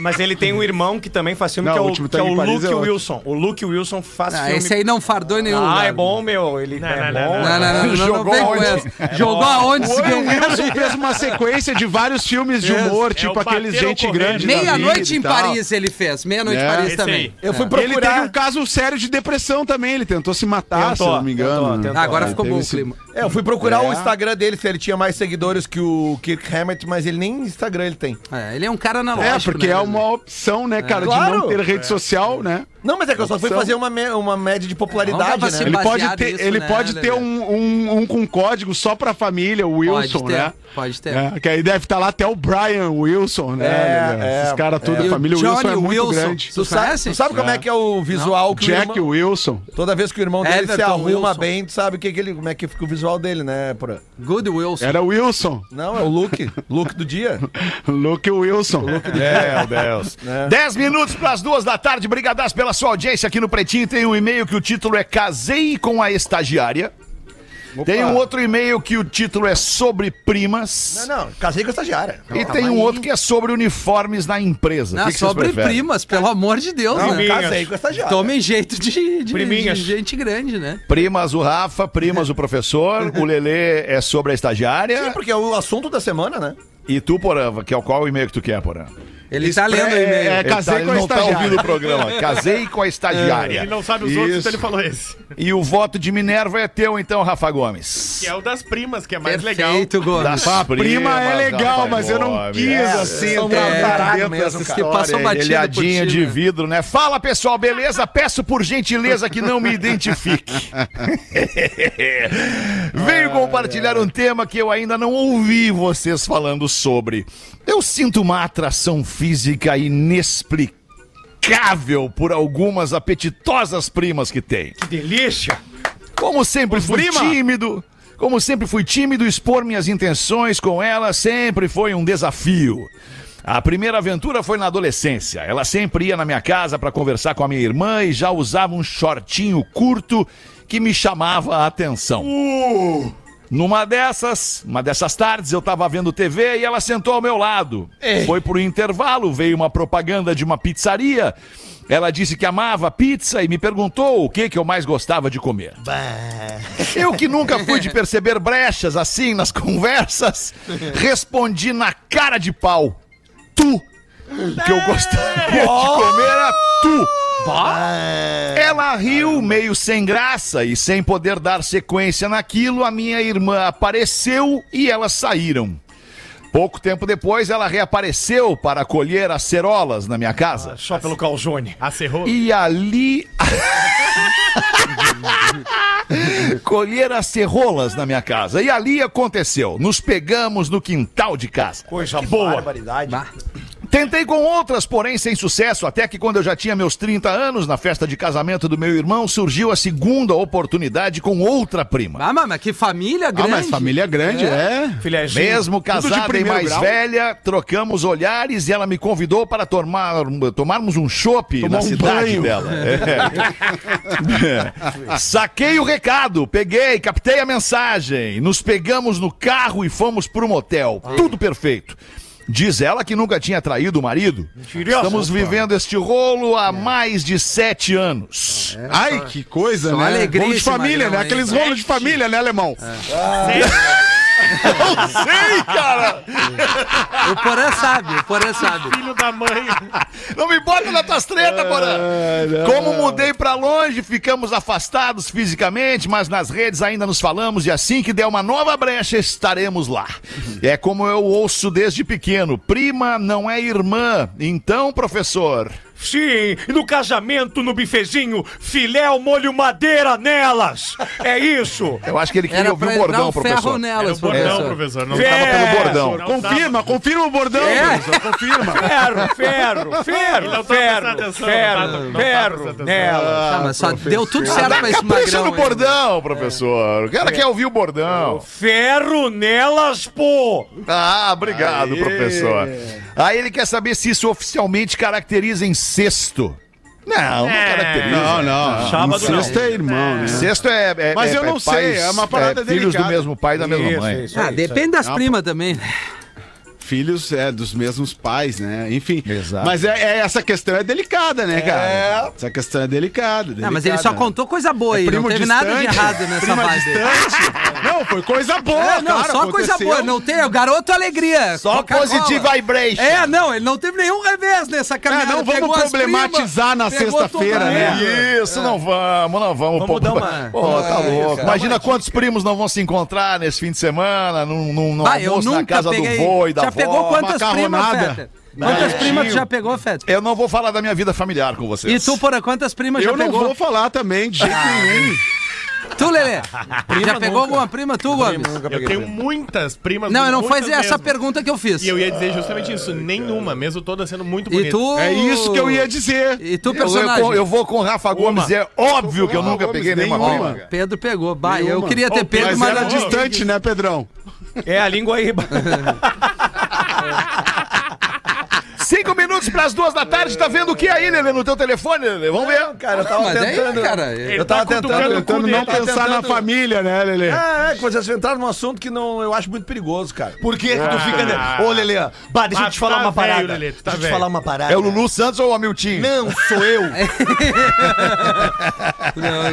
[SPEAKER 9] Mas ele tem um irmão que também faz filme,
[SPEAKER 5] Não,
[SPEAKER 9] que é
[SPEAKER 5] o
[SPEAKER 9] o,
[SPEAKER 5] último
[SPEAKER 9] que é
[SPEAKER 5] Tango
[SPEAKER 9] o
[SPEAKER 5] em Paris
[SPEAKER 9] Luke
[SPEAKER 5] é ótimo.
[SPEAKER 9] Wilson. O Luke Wilson faz
[SPEAKER 5] Ah,
[SPEAKER 9] filme.
[SPEAKER 5] esse aí não fardou em nenhum
[SPEAKER 9] Ah,
[SPEAKER 5] lugar.
[SPEAKER 9] é bom, meu. Ele é
[SPEAKER 5] não,
[SPEAKER 9] bom.
[SPEAKER 5] não, não, não, não, não, não vem com essa.
[SPEAKER 9] É
[SPEAKER 5] Jogou
[SPEAKER 9] bom.
[SPEAKER 5] aonde
[SPEAKER 7] O
[SPEAKER 5] se
[SPEAKER 7] Owen
[SPEAKER 5] ganhou?
[SPEAKER 7] Wilson fez uma sequência de vários filmes de humor, tipo aquele Gente Grande. da
[SPEAKER 5] Meia-noite
[SPEAKER 7] vida
[SPEAKER 5] em
[SPEAKER 7] e tal.
[SPEAKER 5] Paris ele fez. Meia-noite em
[SPEAKER 7] É.
[SPEAKER 5] Paris também.
[SPEAKER 7] Eu fui procurar. Ele teve um caso sério de depressão também. Ele tentou se matar, se eu não me engano.
[SPEAKER 4] Ah, agora ficou bom
[SPEAKER 7] esse-
[SPEAKER 4] o clima. É, eu fui procurar
[SPEAKER 7] É.
[SPEAKER 4] o Instagram dele, se ele tinha mais seguidores que o Kirk Hammett, mas ele nem Instagram ele tem.
[SPEAKER 5] É, ele é um cara
[SPEAKER 7] É, porque
[SPEAKER 5] né?
[SPEAKER 7] é uma opção, né, cara, de não ter rede social, né?
[SPEAKER 4] Não, mas é que eu só fui
[SPEAKER 7] Opção.
[SPEAKER 4] fazer uma, me- uma média de popularidade, né?
[SPEAKER 7] Ele pode ter, ele pode ter um, um, um com código só pra família, o Wilson,
[SPEAKER 5] ter,
[SPEAKER 7] né?
[SPEAKER 5] pode ter.
[SPEAKER 7] É, que aí deve estar lá até o Brian Wilson, né?
[SPEAKER 4] É,
[SPEAKER 7] Lelê?
[SPEAKER 4] é,
[SPEAKER 7] Esses caras tudo,
[SPEAKER 4] é.
[SPEAKER 7] a família
[SPEAKER 4] E o
[SPEAKER 7] Wilson é
[SPEAKER 4] Johnny
[SPEAKER 7] muito
[SPEAKER 4] Wilson,
[SPEAKER 7] grande.
[SPEAKER 4] tu sabe- tu sabe como é que é o visual que o
[SPEAKER 7] Jack
[SPEAKER 4] irmão-
[SPEAKER 7] Wilson.
[SPEAKER 4] Toda vez que o irmão dele se
[SPEAKER 7] Everton
[SPEAKER 4] arruma
[SPEAKER 7] Wilson.
[SPEAKER 4] bem, tu sabe o que que ele, como é que fica o visual dele, né? Pra...
[SPEAKER 5] Good Wilson.
[SPEAKER 7] Era o Wilson.
[SPEAKER 4] Não, é o Luke. Luke do dia.
[SPEAKER 7] Luke Wilson.
[SPEAKER 4] Luke
[SPEAKER 3] Meu Deus.
[SPEAKER 5] [LAUGHS] Né?
[SPEAKER 3] 10 minutos para as duas da tarde. Brigadas pela sua audiência aqui no Pretinho. Tem um e-mail que o título é Casei com a Estagiária. Tem um outro e-mail que o título é Sobre Primas.
[SPEAKER 4] Não, não, casei com a estagiária.
[SPEAKER 3] E tem um outro que é sobre uniformes na empresa.
[SPEAKER 5] Não,
[SPEAKER 3] O que que vocês
[SPEAKER 5] sobre
[SPEAKER 3] preferem?
[SPEAKER 5] primas, pelo amor de Deus,
[SPEAKER 3] Não,
[SPEAKER 5] né?
[SPEAKER 3] casei com essa jovem.
[SPEAKER 5] Tomem jeito de, de, de
[SPEAKER 3] Priminhas.
[SPEAKER 5] gente grande, né?
[SPEAKER 3] Primas o Rafa, primas o
[SPEAKER 5] [LAUGHS]
[SPEAKER 3] professor, o Lelê é sobre a estagiária.
[SPEAKER 4] Sim, porque é o assunto da semana, né?
[SPEAKER 3] E tu, Porã, que é o qual o e-mail que tu quer, Porã?
[SPEAKER 5] Ele tá
[SPEAKER 3] Espre-
[SPEAKER 5] lendo o e-mail.
[SPEAKER 3] É,
[SPEAKER 5] Ele
[SPEAKER 3] casei
[SPEAKER 5] tá-
[SPEAKER 3] com
[SPEAKER 5] ele
[SPEAKER 3] a
[SPEAKER 5] não tá
[SPEAKER 3] estagiária.
[SPEAKER 5] ouvindo
[SPEAKER 3] o programa. Casei com a estagiária.
[SPEAKER 8] É, ele não sabe os outros, então ele falou esse.
[SPEAKER 3] E o voto de Minerva é teu, então, Rafa Gomes.
[SPEAKER 8] Que é o das primas, que é mais
[SPEAKER 5] Perfeito,
[SPEAKER 8] legal.
[SPEAKER 5] Gomes.
[SPEAKER 3] Das
[SPEAKER 7] prima é
[SPEAKER 3] primas,
[SPEAKER 7] legal,
[SPEAKER 3] Rafa
[SPEAKER 7] mas eu não
[SPEAKER 3] Gomes.
[SPEAKER 7] quis,
[SPEAKER 3] É,
[SPEAKER 7] assim,
[SPEAKER 3] são
[SPEAKER 7] entrar
[SPEAKER 3] um
[SPEAKER 7] muito
[SPEAKER 3] tarado
[SPEAKER 7] dentro
[SPEAKER 3] mesmo,
[SPEAKER 7] dessa
[SPEAKER 3] cara.
[SPEAKER 7] história aí.
[SPEAKER 3] Ele é adinho de vidro, né? Fala, pessoal, beleza? Peço por gentileza que não me identifique. [LAUGHS] Venho compartilhar um tema que eu ainda não ouvi vocês falando sobre. Eu sinto uma atração física inexplicável por algumas apetitosas primas que tenho. Que
[SPEAKER 9] delícia!
[SPEAKER 3] Como sempre fui
[SPEAKER 9] prima!
[SPEAKER 3] tímido, como sempre fui tímido, expor minhas intenções com ela sempre foi um desafio. A primeira aventura foi na adolescência. Ela sempre ia na minha casa para conversar com a minha irmã e já usava um shortinho curto que me chamava a atenção. Numa dessas, uma dessas tardes, eu tava vendo TV e ela sentou ao meu lado. Foi pro intervalo, veio uma propaganda de uma pizzaria. Ela disse que amava pizza e me perguntou o que que eu mais gostava de comer. [LAUGHS] Eu que nunca fui de perceber brechas assim nas conversas, respondi na cara de pau. Tu! O que eu gostava de comer era tu! É. Ela riu meio sem graça e sem poder dar sequência naquilo, a minha irmã apareceu e elas saíram. Pouco tempo depois, ela reapareceu para colher as cerolas na minha casa.
[SPEAKER 9] Só pelo calzone.
[SPEAKER 8] Acerrou.
[SPEAKER 3] E ali. colher as cerrolas na minha casa. E ali aconteceu. Nos pegamos no quintal de casa.
[SPEAKER 9] Coisa
[SPEAKER 4] boa. Barbaridade.
[SPEAKER 3] Tentei com outras, porém sem sucesso, até que quando eu já tinha meus 30 anos, na festa de casamento do meu irmão, surgiu a segunda oportunidade com outra prima.
[SPEAKER 5] Ah, mas que família grande.
[SPEAKER 3] mas família grande, é.
[SPEAKER 9] Filhazinho.
[SPEAKER 3] Mesmo
[SPEAKER 9] Tudo de
[SPEAKER 3] casada e
[SPEAKER 9] primeiro
[SPEAKER 3] mais
[SPEAKER 9] grau.
[SPEAKER 3] velha, trocamos olhares e ela me convidou para tomar, tomarmos um chopp
[SPEAKER 1] Tomar
[SPEAKER 3] na
[SPEAKER 1] um
[SPEAKER 3] cidade
[SPEAKER 1] banho.
[SPEAKER 3] dela. É. Saquei o recado, peguei, captei a mensagem, nos pegamos no carro e fomos para um motel. Tudo perfeito. Diz ela que nunca tinha traído o marido.
[SPEAKER 1] Mentirosa.
[SPEAKER 3] Estamos
[SPEAKER 1] Opa.
[SPEAKER 3] vivendo este rolo há mais de sete anos.
[SPEAKER 7] Ai, que coisa, né? Rolo de família, né? Aqueles rolos de família, né, alemão?
[SPEAKER 3] Não sei, cara!
[SPEAKER 5] O Porã sabe, o
[SPEAKER 7] Ah,
[SPEAKER 5] Porã sabe.
[SPEAKER 8] Filho da mãe.
[SPEAKER 3] Não me bota nas tuas tretas, Porã! Como mudei pra longe, ficamos afastados fisicamente, mas nas redes ainda nos falamos e assim que der uma nova brecha, estaremos lá.
[SPEAKER 7] Uhum.
[SPEAKER 3] É como eu ouço desde pequeno: prima não é irmã. Então, professor.
[SPEAKER 9] Sim, e no casamento, no bifezinho, filé ao molho madeira nelas. É isso.
[SPEAKER 3] Eu acho que ele queria ouvir
[SPEAKER 7] um
[SPEAKER 3] o
[SPEAKER 5] um
[SPEAKER 9] um
[SPEAKER 3] bordão, professor.
[SPEAKER 8] um
[SPEAKER 9] nelas,
[SPEAKER 3] professor. Ele tava pelo bordão.
[SPEAKER 7] É, Confirma, confirma o bordão,
[SPEAKER 9] É.
[SPEAKER 7] professor, confirma.
[SPEAKER 9] Ferro, ferro,
[SPEAKER 7] Ele
[SPEAKER 9] ferro,
[SPEAKER 7] não tá prestando
[SPEAKER 9] ferro,
[SPEAKER 7] atenção,
[SPEAKER 9] ferro, ferro, nelas.
[SPEAKER 5] Ah, mas só deu tudo
[SPEAKER 3] Ah,
[SPEAKER 5] certo
[SPEAKER 3] dá
[SPEAKER 5] pra esse
[SPEAKER 3] capricha
[SPEAKER 5] magrão.
[SPEAKER 3] no
[SPEAKER 5] aí. Ah,
[SPEAKER 3] bordão, professor. O cara
[SPEAKER 9] É.
[SPEAKER 3] quer ouvir o bordão.
[SPEAKER 9] Ferro nelas, pô!
[SPEAKER 3] Ah, obrigado,
[SPEAKER 9] Aê.
[SPEAKER 3] professor. Aí ele quer saber se isso oficialmente caracteriza incesto. Não, não
[SPEAKER 7] É.
[SPEAKER 3] caracteriza.
[SPEAKER 7] Não, não.
[SPEAKER 3] Sábado
[SPEAKER 7] Incesto é irmão, né?
[SPEAKER 3] Incesto é, é-
[SPEAKER 7] Mas
[SPEAKER 3] é-
[SPEAKER 7] eu não
[SPEAKER 3] é
[SPEAKER 7] sei,
[SPEAKER 3] pais,
[SPEAKER 7] é uma parada
[SPEAKER 3] é, Filhos do
[SPEAKER 7] delicada.
[SPEAKER 3] mesmo pai e da mesma
[SPEAKER 7] Isso,
[SPEAKER 3] mãe.
[SPEAKER 7] isso.
[SPEAKER 5] Ah, depende das
[SPEAKER 7] Ah,
[SPEAKER 5] primas também. né?
[SPEAKER 7] Filhos é dos mesmos pais, né? Enfim. Mas é, é- essa questão é delicada, né, cara? É. Essa questão é delicada.
[SPEAKER 5] Não, Ah, mas ele só
[SPEAKER 7] delicada.
[SPEAKER 5] contou coisa boa
[SPEAKER 7] É
[SPEAKER 5] aí, não
[SPEAKER 7] primo
[SPEAKER 5] teve nada de
[SPEAKER 7] distante,
[SPEAKER 5] errado nessa
[SPEAKER 7] prima
[SPEAKER 5] vibe.
[SPEAKER 7] distante. Não, foi coisa boa,
[SPEAKER 5] É, não,
[SPEAKER 7] cara,
[SPEAKER 5] só coisa
[SPEAKER 7] aconteceu.
[SPEAKER 5] boa, não tem, o garoto alegria.
[SPEAKER 3] Só
[SPEAKER 5] Coca-Cola.
[SPEAKER 3] positive vibration.
[SPEAKER 5] É, não, ele não teve nenhum revés nessa caminhada.
[SPEAKER 7] É, não vamos
[SPEAKER 5] pegou as
[SPEAKER 7] problematizar
[SPEAKER 5] primas,
[SPEAKER 7] na
[SPEAKER 5] pegou É,
[SPEAKER 7] sexta-feira,
[SPEAKER 5] todo
[SPEAKER 7] né?
[SPEAKER 5] mundo.
[SPEAKER 3] Isso, não vamos, não vamos.
[SPEAKER 9] Vamos dar uma-
[SPEAKER 3] Pô, tá
[SPEAKER 9] Ah, isso,
[SPEAKER 3] louco.
[SPEAKER 9] dá
[SPEAKER 3] Imagina quantos primos não vão se encontrar nesse fim de semana, num, num, num
[SPEAKER 5] Bah, Ah, eu
[SPEAKER 3] almoço na
[SPEAKER 5] nunca
[SPEAKER 3] casa
[SPEAKER 5] peguei-
[SPEAKER 3] do vô e da
[SPEAKER 5] Já
[SPEAKER 3] avó.
[SPEAKER 5] pegou quantas primas,
[SPEAKER 3] macarronada.
[SPEAKER 5] Feta? Quantas
[SPEAKER 3] Não,
[SPEAKER 5] primas tu
[SPEAKER 3] tio.
[SPEAKER 5] já pegou, Feta?
[SPEAKER 3] Eu não vou falar da minha vida familiar com
[SPEAKER 5] E
[SPEAKER 3] vocês.
[SPEAKER 5] tu, Porã, quantas primas
[SPEAKER 7] Eu
[SPEAKER 5] já
[SPEAKER 7] não
[SPEAKER 5] pegou?
[SPEAKER 7] vou falar também, [LAUGHS] de jeito nenhum.
[SPEAKER 5] Tu, Lelê, já
[SPEAKER 8] Prima
[SPEAKER 5] pegou
[SPEAKER 8] nunca.
[SPEAKER 5] alguma prima tu, Gomes?
[SPEAKER 8] Eu tenho muitas primas.
[SPEAKER 5] Não, eu não
[SPEAKER 8] muitas
[SPEAKER 5] faz essa
[SPEAKER 8] mesmo.
[SPEAKER 5] pergunta que eu fiz.
[SPEAKER 8] E eu ia dizer justamente isso, nenhuma, mesmo toda sendo muito bonita.
[SPEAKER 5] E tu...
[SPEAKER 7] É isso que eu ia dizer.
[SPEAKER 5] E tu,
[SPEAKER 3] Eu- eu,
[SPEAKER 5] personagem?
[SPEAKER 3] com- eu vou com o Rafa Gomes, é óbvio que eu nunca peguei nenhuma prima. cara.
[SPEAKER 5] Pedro pegou. Bah, eu
[SPEAKER 7] Nenhuma.
[SPEAKER 5] queria ter pego,
[SPEAKER 7] Mas
[SPEAKER 5] mas...
[SPEAKER 7] era
[SPEAKER 5] não-
[SPEAKER 7] distante, né, Pedrão?
[SPEAKER 9] É a língua aí. [LAUGHS]
[SPEAKER 3] Cinco minutos pras duas da tarde, tá vendo o que aí, Lelê, no teu telefone, Lelê? Vamos ver.
[SPEAKER 4] Cara, eu tava
[SPEAKER 5] Mas daí,
[SPEAKER 4] tentando.
[SPEAKER 5] cara,
[SPEAKER 4] eu tava tentando.
[SPEAKER 7] Tentando não
[SPEAKER 4] Tá
[SPEAKER 7] pensar na
[SPEAKER 4] tentando-
[SPEAKER 7] família, né, Lelê?
[SPEAKER 4] Ah, é, que vocês entraram num assunto que não, eu acho muito perigoso, cara.
[SPEAKER 6] Por que que tu fica...
[SPEAKER 3] Ah.
[SPEAKER 6] ne- Ô, Lelê, bah, deixa eu
[SPEAKER 8] Ah,
[SPEAKER 6] te
[SPEAKER 8] tu
[SPEAKER 6] falar
[SPEAKER 8] tá
[SPEAKER 6] uma
[SPEAKER 8] velho,
[SPEAKER 6] parada.
[SPEAKER 8] Lelê, tu
[SPEAKER 6] deixa
[SPEAKER 8] tá
[SPEAKER 6] eu te
[SPEAKER 8] velho.
[SPEAKER 6] falar uma parada.
[SPEAKER 3] É o Lulu Santos ou o Hamilton?
[SPEAKER 6] Não, sou
[SPEAKER 3] [LAUGHS]
[SPEAKER 6] eu.
[SPEAKER 5] Não,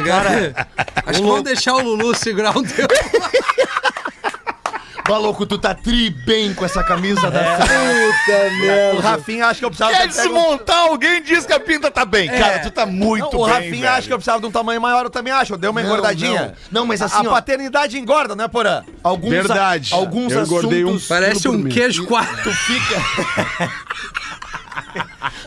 [SPEAKER 4] [LAUGHS]
[SPEAKER 5] cara, acho que vamos deixar o Lulu segurar um tempo.
[SPEAKER 6] Maluco, tu tá tri bem com essa camisa né?
[SPEAKER 4] É.
[SPEAKER 6] da...
[SPEAKER 4] Puta merda. O Rafinha acha que eu precisava.
[SPEAKER 3] Quer
[SPEAKER 4] ter pego um-
[SPEAKER 3] É desmontar alguém, diz que a pinta tá bem. Cara, tu tá muito
[SPEAKER 4] Não, o
[SPEAKER 3] bem,
[SPEAKER 4] Rafinha
[SPEAKER 3] velho.
[SPEAKER 4] acha que eu precisava de um tamanho maior, eu também acho. Eu dei uma
[SPEAKER 6] Não,
[SPEAKER 4] engordadinha.
[SPEAKER 6] não. Não, mas
[SPEAKER 4] A-
[SPEAKER 6] assim,
[SPEAKER 4] A
[SPEAKER 6] ó.
[SPEAKER 4] paternidade engorda, né, Porã?
[SPEAKER 6] Alguns a-
[SPEAKER 7] Verdade.
[SPEAKER 6] Alguns
[SPEAKER 7] Eu engordei um
[SPEAKER 6] assuntos...
[SPEAKER 5] Parece um queijo quatro.
[SPEAKER 6] Tu fica...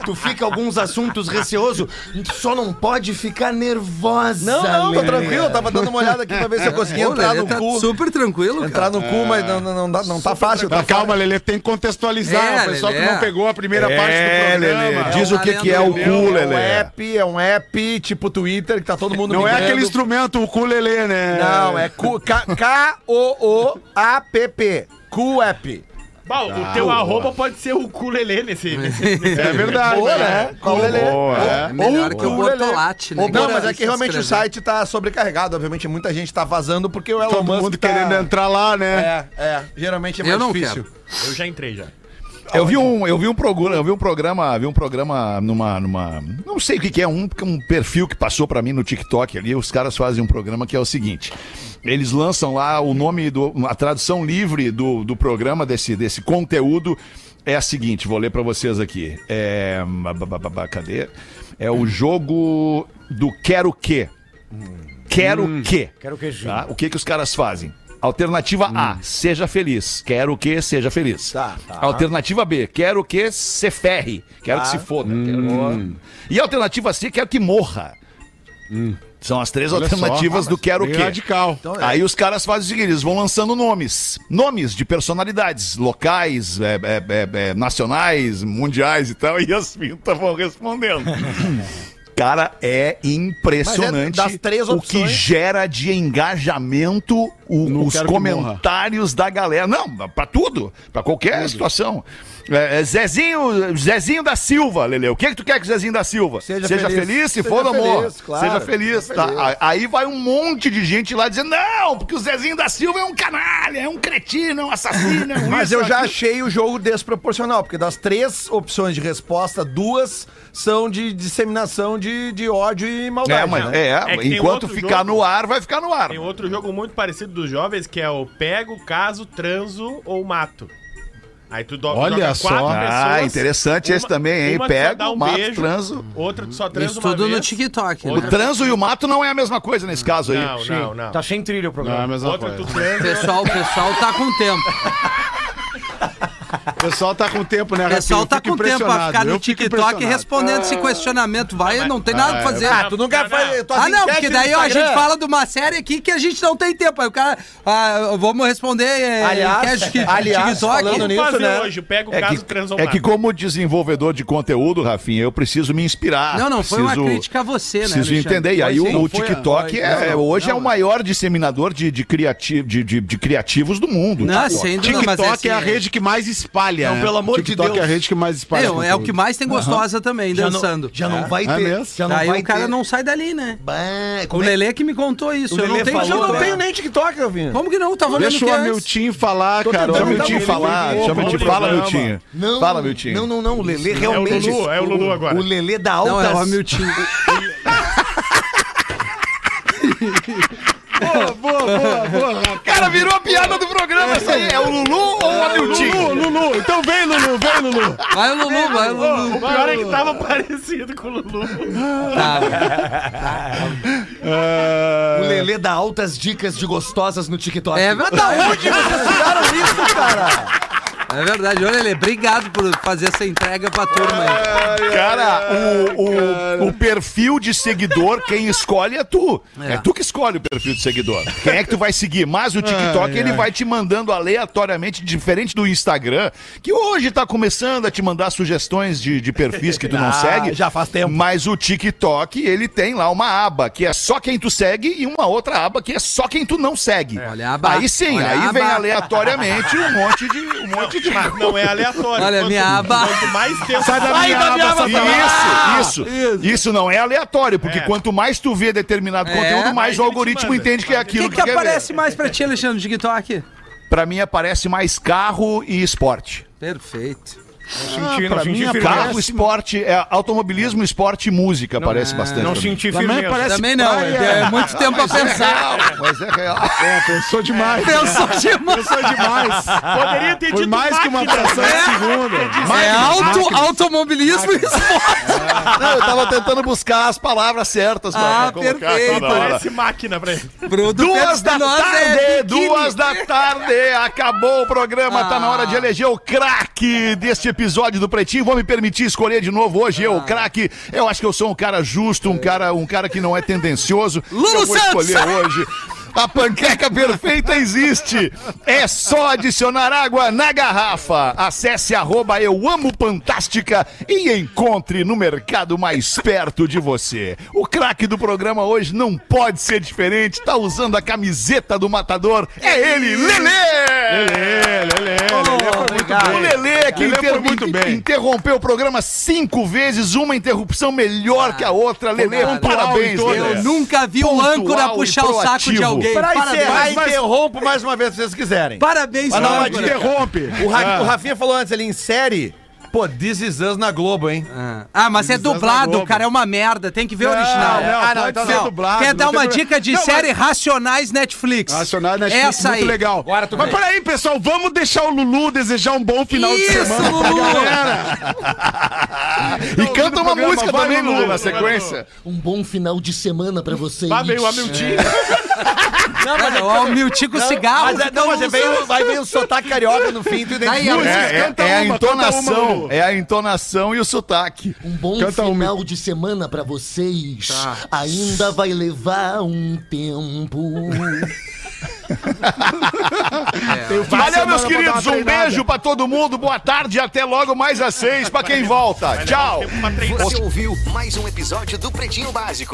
[SPEAKER 6] tu fica alguns assuntos receoso, só não pode ficar nervosa. né?
[SPEAKER 4] Não, não, tô
[SPEAKER 6] Lelê.
[SPEAKER 4] tranquilo. eu Tava dando uma olhada aqui pra ver se eu conseguia
[SPEAKER 5] Pô,
[SPEAKER 4] entrar
[SPEAKER 5] Lelê
[SPEAKER 4] no
[SPEAKER 5] tá
[SPEAKER 4] cu.
[SPEAKER 5] super tranquilo, cara.
[SPEAKER 4] Entrar no cu, mas não, não, não, dá- não tá fácil.
[SPEAKER 7] Tá,
[SPEAKER 4] Tá
[SPEAKER 7] calma, Lelê, tem que contextualizar.
[SPEAKER 5] É,
[SPEAKER 7] o pessoal
[SPEAKER 5] Lelê.
[SPEAKER 7] que não pegou a primeira
[SPEAKER 3] É,
[SPEAKER 7] parte do programa.
[SPEAKER 3] Lelê, diz
[SPEAKER 5] É
[SPEAKER 3] o
[SPEAKER 5] um
[SPEAKER 3] que que é o
[SPEAKER 5] alento,
[SPEAKER 3] cu,
[SPEAKER 4] É um
[SPEAKER 3] Lelê.
[SPEAKER 4] app, é um app tipo Twitter que tá todo mundo
[SPEAKER 7] Não é
[SPEAKER 4] migrando.
[SPEAKER 7] aquele instrumento, o ukulele, né?
[SPEAKER 4] Não, é cu- K- K-O-O-A-P-P. Q-App.
[SPEAKER 8] Bom,
[SPEAKER 3] Ah,
[SPEAKER 8] o teu arroba pode ser o
[SPEAKER 5] [LAUGHS]
[SPEAKER 8] culelê nesse. nesse...
[SPEAKER 7] É verdade.
[SPEAKER 4] Boa,
[SPEAKER 7] né?
[SPEAKER 4] né? Culelê.
[SPEAKER 3] Boa, é.
[SPEAKER 5] É melhor que o
[SPEAKER 4] Culelê.
[SPEAKER 5] Bortolatti, né?
[SPEAKER 4] Ô, Não, mas é que
[SPEAKER 5] Se
[SPEAKER 4] realmente o
[SPEAKER 5] inscrever.
[SPEAKER 4] site tá sobrecarregado. Obviamente, muita gente tá vazando porque o Elon
[SPEAKER 7] Todo
[SPEAKER 4] Musk
[SPEAKER 7] mundo
[SPEAKER 4] tá...
[SPEAKER 7] querendo entrar lá, né?
[SPEAKER 4] É, é. Geralmente é
[SPEAKER 5] Eu
[SPEAKER 4] mais
[SPEAKER 5] não
[SPEAKER 4] difícil.
[SPEAKER 8] Eu já entrei já.
[SPEAKER 3] Eu vi um, eu vi um programa, eu vi um programa, vi um programa numa, numa, não sei o que que é, um, um perfil que passou pra mim no TikTok ali, os caras fazem um programa que é o seguinte, eles lançam lá o nome do, a tradução livre do, do programa, desse, desse conteúdo, é a seguinte, vou ler pra vocês aqui, é, ba- ba- ba- ba- cadê? É o jogo do quero que, quero que,
[SPEAKER 12] Quero queijinho.
[SPEAKER 3] Tá? O que que os caras fazem? Alternativa A, seja feliz. Quero que seja feliz.
[SPEAKER 4] Tá, tá.
[SPEAKER 3] Alternativa B, quero que se ferre. Quero que se foda. Quero- E alternativa C, quero que morra. São as três
[SPEAKER 7] Olha só.
[SPEAKER 3] alternativas
[SPEAKER 7] Ah,
[SPEAKER 3] do
[SPEAKER 7] mas
[SPEAKER 3] quero o
[SPEAKER 7] bem
[SPEAKER 3] quê.
[SPEAKER 7] radical. Então, é.
[SPEAKER 3] Aí os caras fazem o seguinte, eles vão lançando nomes. Nomes de personalidades locais, é, é, é, é, nacionais, mundiais e tal. [LAUGHS] E as pintas vão
[SPEAKER 4] [LAUGHS]
[SPEAKER 3] respondendo. Cara, é impressionante
[SPEAKER 4] Mas é das três
[SPEAKER 3] o que
[SPEAKER 4] opções.
[SPEAKER 3] gera de engajamento o-
[SPEAKER 7] Não
[SPEAKER 3] os
[SPEAKER 7] quero que
[SPEAKER 3] comentários da galera. Não, pra tudo, pra qualquer situação. É, é, Zezinho, Zezinho da Silva, Lele. O que, que tu quer que o Zezinho da Silva
[SPEAKER 4] Seja
[SPEAKER 3] feliz,
[SPEAKER 4] feliz.
[SPEAKER 3] se
[SPEAKER 4] Seja
[SPEAKER 3] for do amor.
[SPEAKER 4] feliz, claro.
[SPEAKER 3] seja feliz,
[SPEAKER 4] Seja
[SPEAKER 3] tá?
[SPEAKER 4] feliz.
[SPEAKER 3] A- Aí vai um monte de gente lá dizendo: não, porque o Zezinho da Silva é um canalha, é um cretino, é um assassino. [LAUGHS] É um
[SPEAKER 4] Mas
[SPEAKER 3] isso,
[SPEAKER 4] eu já
[SPEAKER 3] aquilo."
[SPEAKER 4] achei o jogo desproporcional, porque das três opções de resposta, duas são de disseminação de, de ódio e maldade.
[SPEAKER 3] É, mas
[SPEAKER 4] né?
[SPEAKER 3] é,
[SPEAKER 8] É que tem
[SPEAKER 3] enquanto
[SPEAKER 8] outro
[SPEAKER 3] ficar
[SPEAKER 8] jogo.
[SPEAKER 3] no ar, vai ficar no ar.
[SPEAKER 8] Tem outro jogo muito parecido dos jovens que é o pego, caso, transo ou mato. Aí tu do,
[SPEAKER 3] Olha
[SPEAKER 8] joga
[SPEAKER 3] só.
[SPEAKER 8] quatro
[SPEAKER 3] Ah,
[SPEAKER 8] pessoas.
[SPEAKER 3] interessante esse também, hein?
[SPEAKER 8] uma tu só
[SPEAKER 3] Pego,
[SPEAKER 8] dá um
[SPEAKER 3] mato, transo.
[SPEAKER 8] Outra tu só transa
[SPEAKER 5] Isso
[SPEAKER 8] uma
[SPEAKER 5] tudo
[SPEAKER 8] vez.
[SPEAKER 5] no TikTok,
[SPEAKER 3] O
[SPEAKER 5] né?
[SPEAKER 3] transo e o mato não é a mesma coisa nesse caso aí.
[SPEAKER 8] Não, não, não.
[SPEAKER 12] Tá sem trilha o programa.
[SPEAKER 7] Não, é a mesma
[SPEAKER 8] Outra
[SPEAKER 7] coisa.
[SPEAKER 8] tu transa.
[SPEAKER 5] Pessoal, o pessoal tá com
[SPEAKER 3] [LAUGHS]
[SPEAKER 5] tempo.
[SPEAKER 7] O pessoal tá com tempo, né,
[SPEAKER 5] O
[SPEAKER 7] Rafinha?
[SPEAKER 5] pessoal
[SPEAKER 7] Eu
[SPEAKER 5] tá
[SPEAKER 7] fico
[SPEAKER 5] com tempo pra
[SPEAKER 7] impressionado,
[SPEAKER 5] ficar no
[SPEAKER 7] eu fico
[SPEAKER 5] TikTok
[SPEAKER 7] impressionado.
[SPEAKER 5] respondendo esse questionamento. Vai, não tem nada pra fazer.
[SPEAKER 4] Ah, tu não quer fazer. tuas
[SPEAKER 5] Ah, não,
[SPEAKER 4] enquetes
[SPEAKER 5] porque
[SPEAKER 4] no
[SPEAKER 5] daí ó, a
[SPEAKER 4] Instagram.
[SPEAKER 5] gente fala de uma série aqui que a gente não tem tempo. Aí o cara, ah, vamos responder é,
[SPEAKER 4] Aliás,
[SPEAKER 5] enquete que-
[SPEAKER 4] aliás,
[SPEAKER 5] TikTok.
[SPEAKER 4] falando
[SPEAKER 8] Vamos
[SPEAKER 4] nisso,
[SPEAKER 8] fazer
[SPEAKER 4] né?
[SPEAKER 8] hoje, pega o
[SPEAKER 3] É
[SPEAKER 8] caso,
[SPEAKER 3] que,
[SPEAKER 8] transa ou
[SPEAKER 3] é
[SPEAKER 8] mato.
[SPEAKER 3] que como desenvolvedor de conteúdo, Rafinha, eu preciso me inspirar.
[SPEAKER 5] Não, não, foi uma
[SPEAKER 3] preciso-
[SPEAKER 5] crítica a você, né,
[SPEAKER 3] Preciso
[SPEAKER 5] Alexandre?
[SPEAKER 3] entender. E aí
[SPEAKER 5] Foi sim.
[SPEAKER 3] o, o
[SPEAKER 5] Não foi a-
[SPEAKER 3] TikTok
[SPEAKER 5] foi-
[SPEAKER 3] é,
[SPEAKER 5] não, não,
[SPEAKER 3] hoje é o
[SPEAKER 5] não.
[SPEAKER 3] maior disseminador de, de, criati- de- de- de criativos do mundo.
[SPEAKER 5] Não,
[SPEAKER 3] TikTok.
[SPEAKER 5] sem dúvida, mas
[SPEAKER 7] TikTok
[SPEAKER 5] é, assim,
[SPEAKER 7] é a
[SPEAKER 5] é-
[SPEAKER 7] rede que mais espalha.
[SPEAKER 11] Não,
[SPEAKER 7] né?
[SPEAKER 11] pelo amor de
[SPEAKER 7] TikTok é a
[SPEAKER 11] Deus.
[SPEAKER 7] rede que mais espalha.
[SPEAKER 5] Não, é o que mais tem gostosa também,
[SPEAKER 11] Já não-
[SPEAKER 5] dançando.
[SPEAKER 11] Já não vai
[SPEAKER 7] É
[SPEAKER 11] ter.
[SPEAKER 7] mesmo?
[SPEAKER 11] Já não
[SPEAKER 5] Daí
[SPEAKER 11] vai
[SPEAKER 5] o cara
[SPEAKER 11] ter.
[SPEAKER 5] não sai dali, né?
[SPEAKER 11] Bah,
[SPEAKER 5] O
[SPEAKER 11] como é-
[SPEAKER 5] Lelê que me contou isso.
[SPEAKER 11] O
[SPEAKER 5] Eu não
[SPEAKER 11] Lelê
[SPEAKER 5] tenho,
[SPEAKER 11] falou,
[SPEAKER 5] eu não
[SPEAKER 11] né?
[SPEAKER 5] tenho nem.
[SPEAKER 4] nem TikTok, Alvinho.
[SPEAKER 5] Como que não? Tava olhando
[SPEAKER 7] Deixa
[SPEAKER 5] o
[SPEAKER 7] o
[SPEAKER 5] que antes.
[SPEAKER 7] Amiltinho falar,
[SPEAKER 4] Tô
[SPEAKER 7] cara.
[SPEAKER 4] tentando
[SPEAKER 7] O
[SPEAKER 3] Deixa o
[SPEAKER 4] dar
[SPEAKER 7] Amiltinho
[SPEAKER 3] Miltinho
[SPEAKER 4] Não,
[SPEAKER 3] falar.
[SPEAKER 7] ligou,
[SPEAKER 3] Deixa o
[SPEAKER 7] vamos
[SPEAKER 3] Miltinho.
[SPEAKER 7] ligar.
[SPEAKER 3] Fala, Miltinho.
[SPEAKER 11] Não,
[SPEAKER 3] Fala, Miltinho.
[SPEAKER 11] Não, não, não. O Lelê realmente.
[SPEAKER 8] Lulu, é o Lulu agora.
[SPEAKER 11] O Lelê da alta.
[SPEAKER 5] Não, é o Hamilton.
[SPEAKER 7] Boa, boa, boa, boa.
[SPEAKER 3] Cara, virou a piada do programa essa aí. É o Lulu ou o
[SPEAKER 7] Lulu,
[SPEAKER 3] Hamilton?
[SPEAKER 7] Lulu. Então vem, Lulu, vem, Lulu.
[SPEAKER 5] Vai o Lulu, vai o
[SPEAKER 8] O
[SPEAKER 5] Lulu.
[SPEAKER 8] pior é que tava parecido com o Lulu.
[SPEAKER 5] Tá.
[SPEAKER 11] O Lelê dá altas dicas de gostosas no TikTok.
[SPEAKER 5] É verdade.
[SPEAKER 4] Cara, isso, cara.
[SPEAKER 5] É verdade. Ô, Lelê, obrigado por fazer essa entrega pra turma aí.
[SPEAKER 3] Cara, o, o, o perfil de seguidor, quem escolhe é tu. É. tu que escolhe o perfil de seguidor. Quem é que tu vai seguir? Mas o TikTok, ele vai te mandando aleatoriamente, diferente do Instagram, que hoje tá começando a te mandar sugestões de, de perfis que tu não
[SPEAKER 5] [LAUGHS]
[SPEAKER 4] Ah,
[SPEAKER 3] segue.
[SPEAKER 4] já faz tempo.
[SPEAKER 3] Mas o TikTok, ele tem lá uma aba que é só quem tu segue e uma outra aba que é só quem tu não segue.
[SPEAKER 5] É, Olha a aba.
[SPEAKER 3] Aí sim,
[SPEAKER 5] Olha a
[SPEAKER 3] aí vem
[SPEAKER 5] aba.
[SPEAKER 3] aleatoriamente um monte de... Um monte de...
[SPEAKER 8] [LAUGHS] Mas não é aleatório.
[SPEAKER 5] Olha,
[SPEAKER 8] Quanto-
[SPEAKER 5] minha aba.
[SPEAKER 8] Quanto mais tempo...
[SPEAKER 7] Sai da minha aba,
[SPEAKER 5] Ah!
[SPEAKER 3] Isso, isso, isso. não é aleatório, porque
[SPEAKER 8] É.
[SPEAKER 3] quanto mais tu vê determinado
[SPEAKER 5] É.
[SPEAKER 3] conteúdo,
[SPEAKER 8] Mais
[SPEAKER 3] mais
[SPEAKER 8] ele
[SPEAKER 3] o
[SPEAKER 8] te
[SPEAKER 3] algoritmo
[SPEAKER 8] manda.
[SPEAKER 3] entende que é
[SPEAKER 8] Mais ele-
[SPEAKER 5] O
[SPEAKER 3] aquilo
[SPEAKER 5] que,
[SPEAKER 3] que,
[SPEAKER 5] que
[SPEAKER 3] quer
[SPEAKER 5] aparece mais pra ti, Alexandre, no TikTok?
[SPEAKER 3] ver. Pra mim aparece mais carro e esporte.
[SPEAKER 5] Perfeito.
[SPEAKER 9] Ah,
[SPEAKER 12] Senti, não senti
[SPEAKER 3] Carro,
[SPEAKER 9] assim,
[SPEAKER 3] esporte, é, automobilismo, esporte e música aparece bastante.
[SPEAKER 12] Não
[SPEAKER 3] pra mim.
[SPEAKER 12] senti
[SPEAKER 7] Também
[SPEAKER 12] firmeza.
[SPEAKER 7] parece
[SPEAKER 5] Também não, é, é muito tempo pra [LAUGHS] pensar.
[SPEAKER 3] Mas é real.
[SPEAKER 7] É, pensou demais.
[SPEAKER 5] Pensou demais.
[SPEAKER 7] Pensou demais.
[SPEAKER 8] Poderia ter
[SPEAKER 7] Foi
[SPEAKER 8] dito
[SPEAKER 7] Tá. mais que uma fração de segundo.
[SPEAKER 5] É auto, automobilismo e esporte.
[SPEAKER 3] Não, eu tava tentando buscar as palavras certas pra
[SPEAKER 5] Ah,
[SPEAKER 3] colocar
[SPEAKER 5] perfeito.
[SPEAKER 3] toda hora.
[SPEAKER 8] Parece máquina pra ele.
[SPEAKER 5] Bruno
[SPEAKER 3] Duas
[SPEAKER 5] Pedro
[SPEAKER 3] da
[SPEAKER 5] Espinosa é
[SPEAKER 3] tarde,
[SPEAKER 5] biquíni.
[SPEAKER 3] duas da tarde, acabou o programa, tá na
[SPEAKER 5] Ah.
[SPEAKER 3] hora de eleger o craque deste episódio do Pretinho. Vou me permitir escolher de novo hoje
[SPEAKER 5] Ah.
[SPEAKER 3] eu, o craque. Eu acho que eu sou um cara justo, um cara, um cara que não é tendencioso.
[SPEAKER 5] Lulu
[SPEAKER 3] eu vou
[SPEAKER 5] Santos!
[SPEAKER 3] escolher hoje. A panqueca perfeita existe. É só adicionar água na garrafa. Acesse arroba eu amo Fantástica e encontre no mercado mais perto de você. O craque do programa hoje não pode ser diferente. Tá usando a camiseta do matador. É ele, Lelê!
[SPEAKER 7] Lelê, Lelê, Lelê foi muito
[SPEAKER 5] obrigado.
[SPEAKER 7] bem.
[SPEAKER 3] O Lelê que
[SPEAKER 7] Lelê
[SPEAKER 3] inter-
[SPEAKER 7] foi muito bem.
[SPEAKER 3] interrompeu o programa cinco vezes, uma interrupção melhor que a outra. Lelê,
[SPEAKER 5] cara,
[SPEAKER 3] parabéns,
[SPEAKER 7] pontual em
[SPEAKER 3] Lelê.
[SPEAKER 5] Eu nunca vi um
[SPEAKER 3] Pontual
[SPEAKER 5] âncora
[SPEAKER 3] e
[SPEAKER 5] puxar o saco de
[SPEAKER 3] proativo.
[SPEAKER 5] alguém.
[SPEAKER 4] Pra encerrar,
[SPEAKER 5] Parabéns.
[SPEAKER 4] interrompo mais uma vez se vocês quiserem.
[SPEAKER 5] Parabéns,
[SPEAKER 4] Mas não,
[SPEAKER 5] âncora.
[SPEAKER 7] Mas interrompe.
[SPEAKER 4] O, Ra o Rafinha falou antes ali em série. Pô, This Is Us na Globo, hein?
[SPEAKER 5] Ah, Ah, mas é dublado, cara, é uma merda. Tem que ver o original.
[SPEAKER 7] não, É, pode ser dublado,
[SPEAKER 5] Quer
[SPEAKER 7] não tem
[SPEAKER 5] dar uma
[SPEAKER 7] problema.
[SPEAKER 5] dica de
[SPEAKER 7] Não,
[SPEAKER 5] série Racionais Netflix?
[SPEAKER 7] Nacional Netflix,
[SPEAKER 5] Essa
[SPEAKER 7] muito
[SPEAKER 5] aí.
[SPEAKER 7] legal. Mas peraí, pessoal, vamos deixar o Lulu desejar um bom final de
[SPEAKER 5] Isso,
[SPEAKER 7] semana pra
[SPEAKER 5] Lulu!
[SPEAKER 7] galera.
[SPEAKER 3] e canta uma música também no, na sequência.
[SPEAKER 11] Um bom final de semana pra vocês.
[SPEAKER 3] Vai bem o
[SPEAKER 5] É.
[SPEAKER 3] Hamilton.
[SPEAKER 5] Não, mas é o Miltico cigarro.
[SPEAKER 4] Mas, é- não, mas é bem, vai vir o sotaque carioca no fim, tu
[SPEAKER 11] Aí,
[SPEAKER 4] identifica.
[SPEAKER 11] a
[SPEAKER 3] É, é,
[SPEAKER 11] canta
[SPEAKER 3] é a
[SPEAKER 11] uma, canta uma,
[SPEAKER 3] entonação,
[SPEAKER 11] Lulu.
[SPEAKER 3] é a entonação e o sotaque.
[SPEAKER 11] Um bom
[SPEAKER 3] Canta uma.
[SPEAKER 11] final de semana pra vocês. Ainda vai levar um tempo.
[SPEAKER 3] Valeu, meus queridos. Um beijo pra todo mundo. Boa tarde. Até logo
[SPEAKER 11] né?
[SPEAKER 3] mais às seis pra quem volta. Tchau.
[SPEAKER 14] Você ouviu mais um episódio do Pretinho Básico.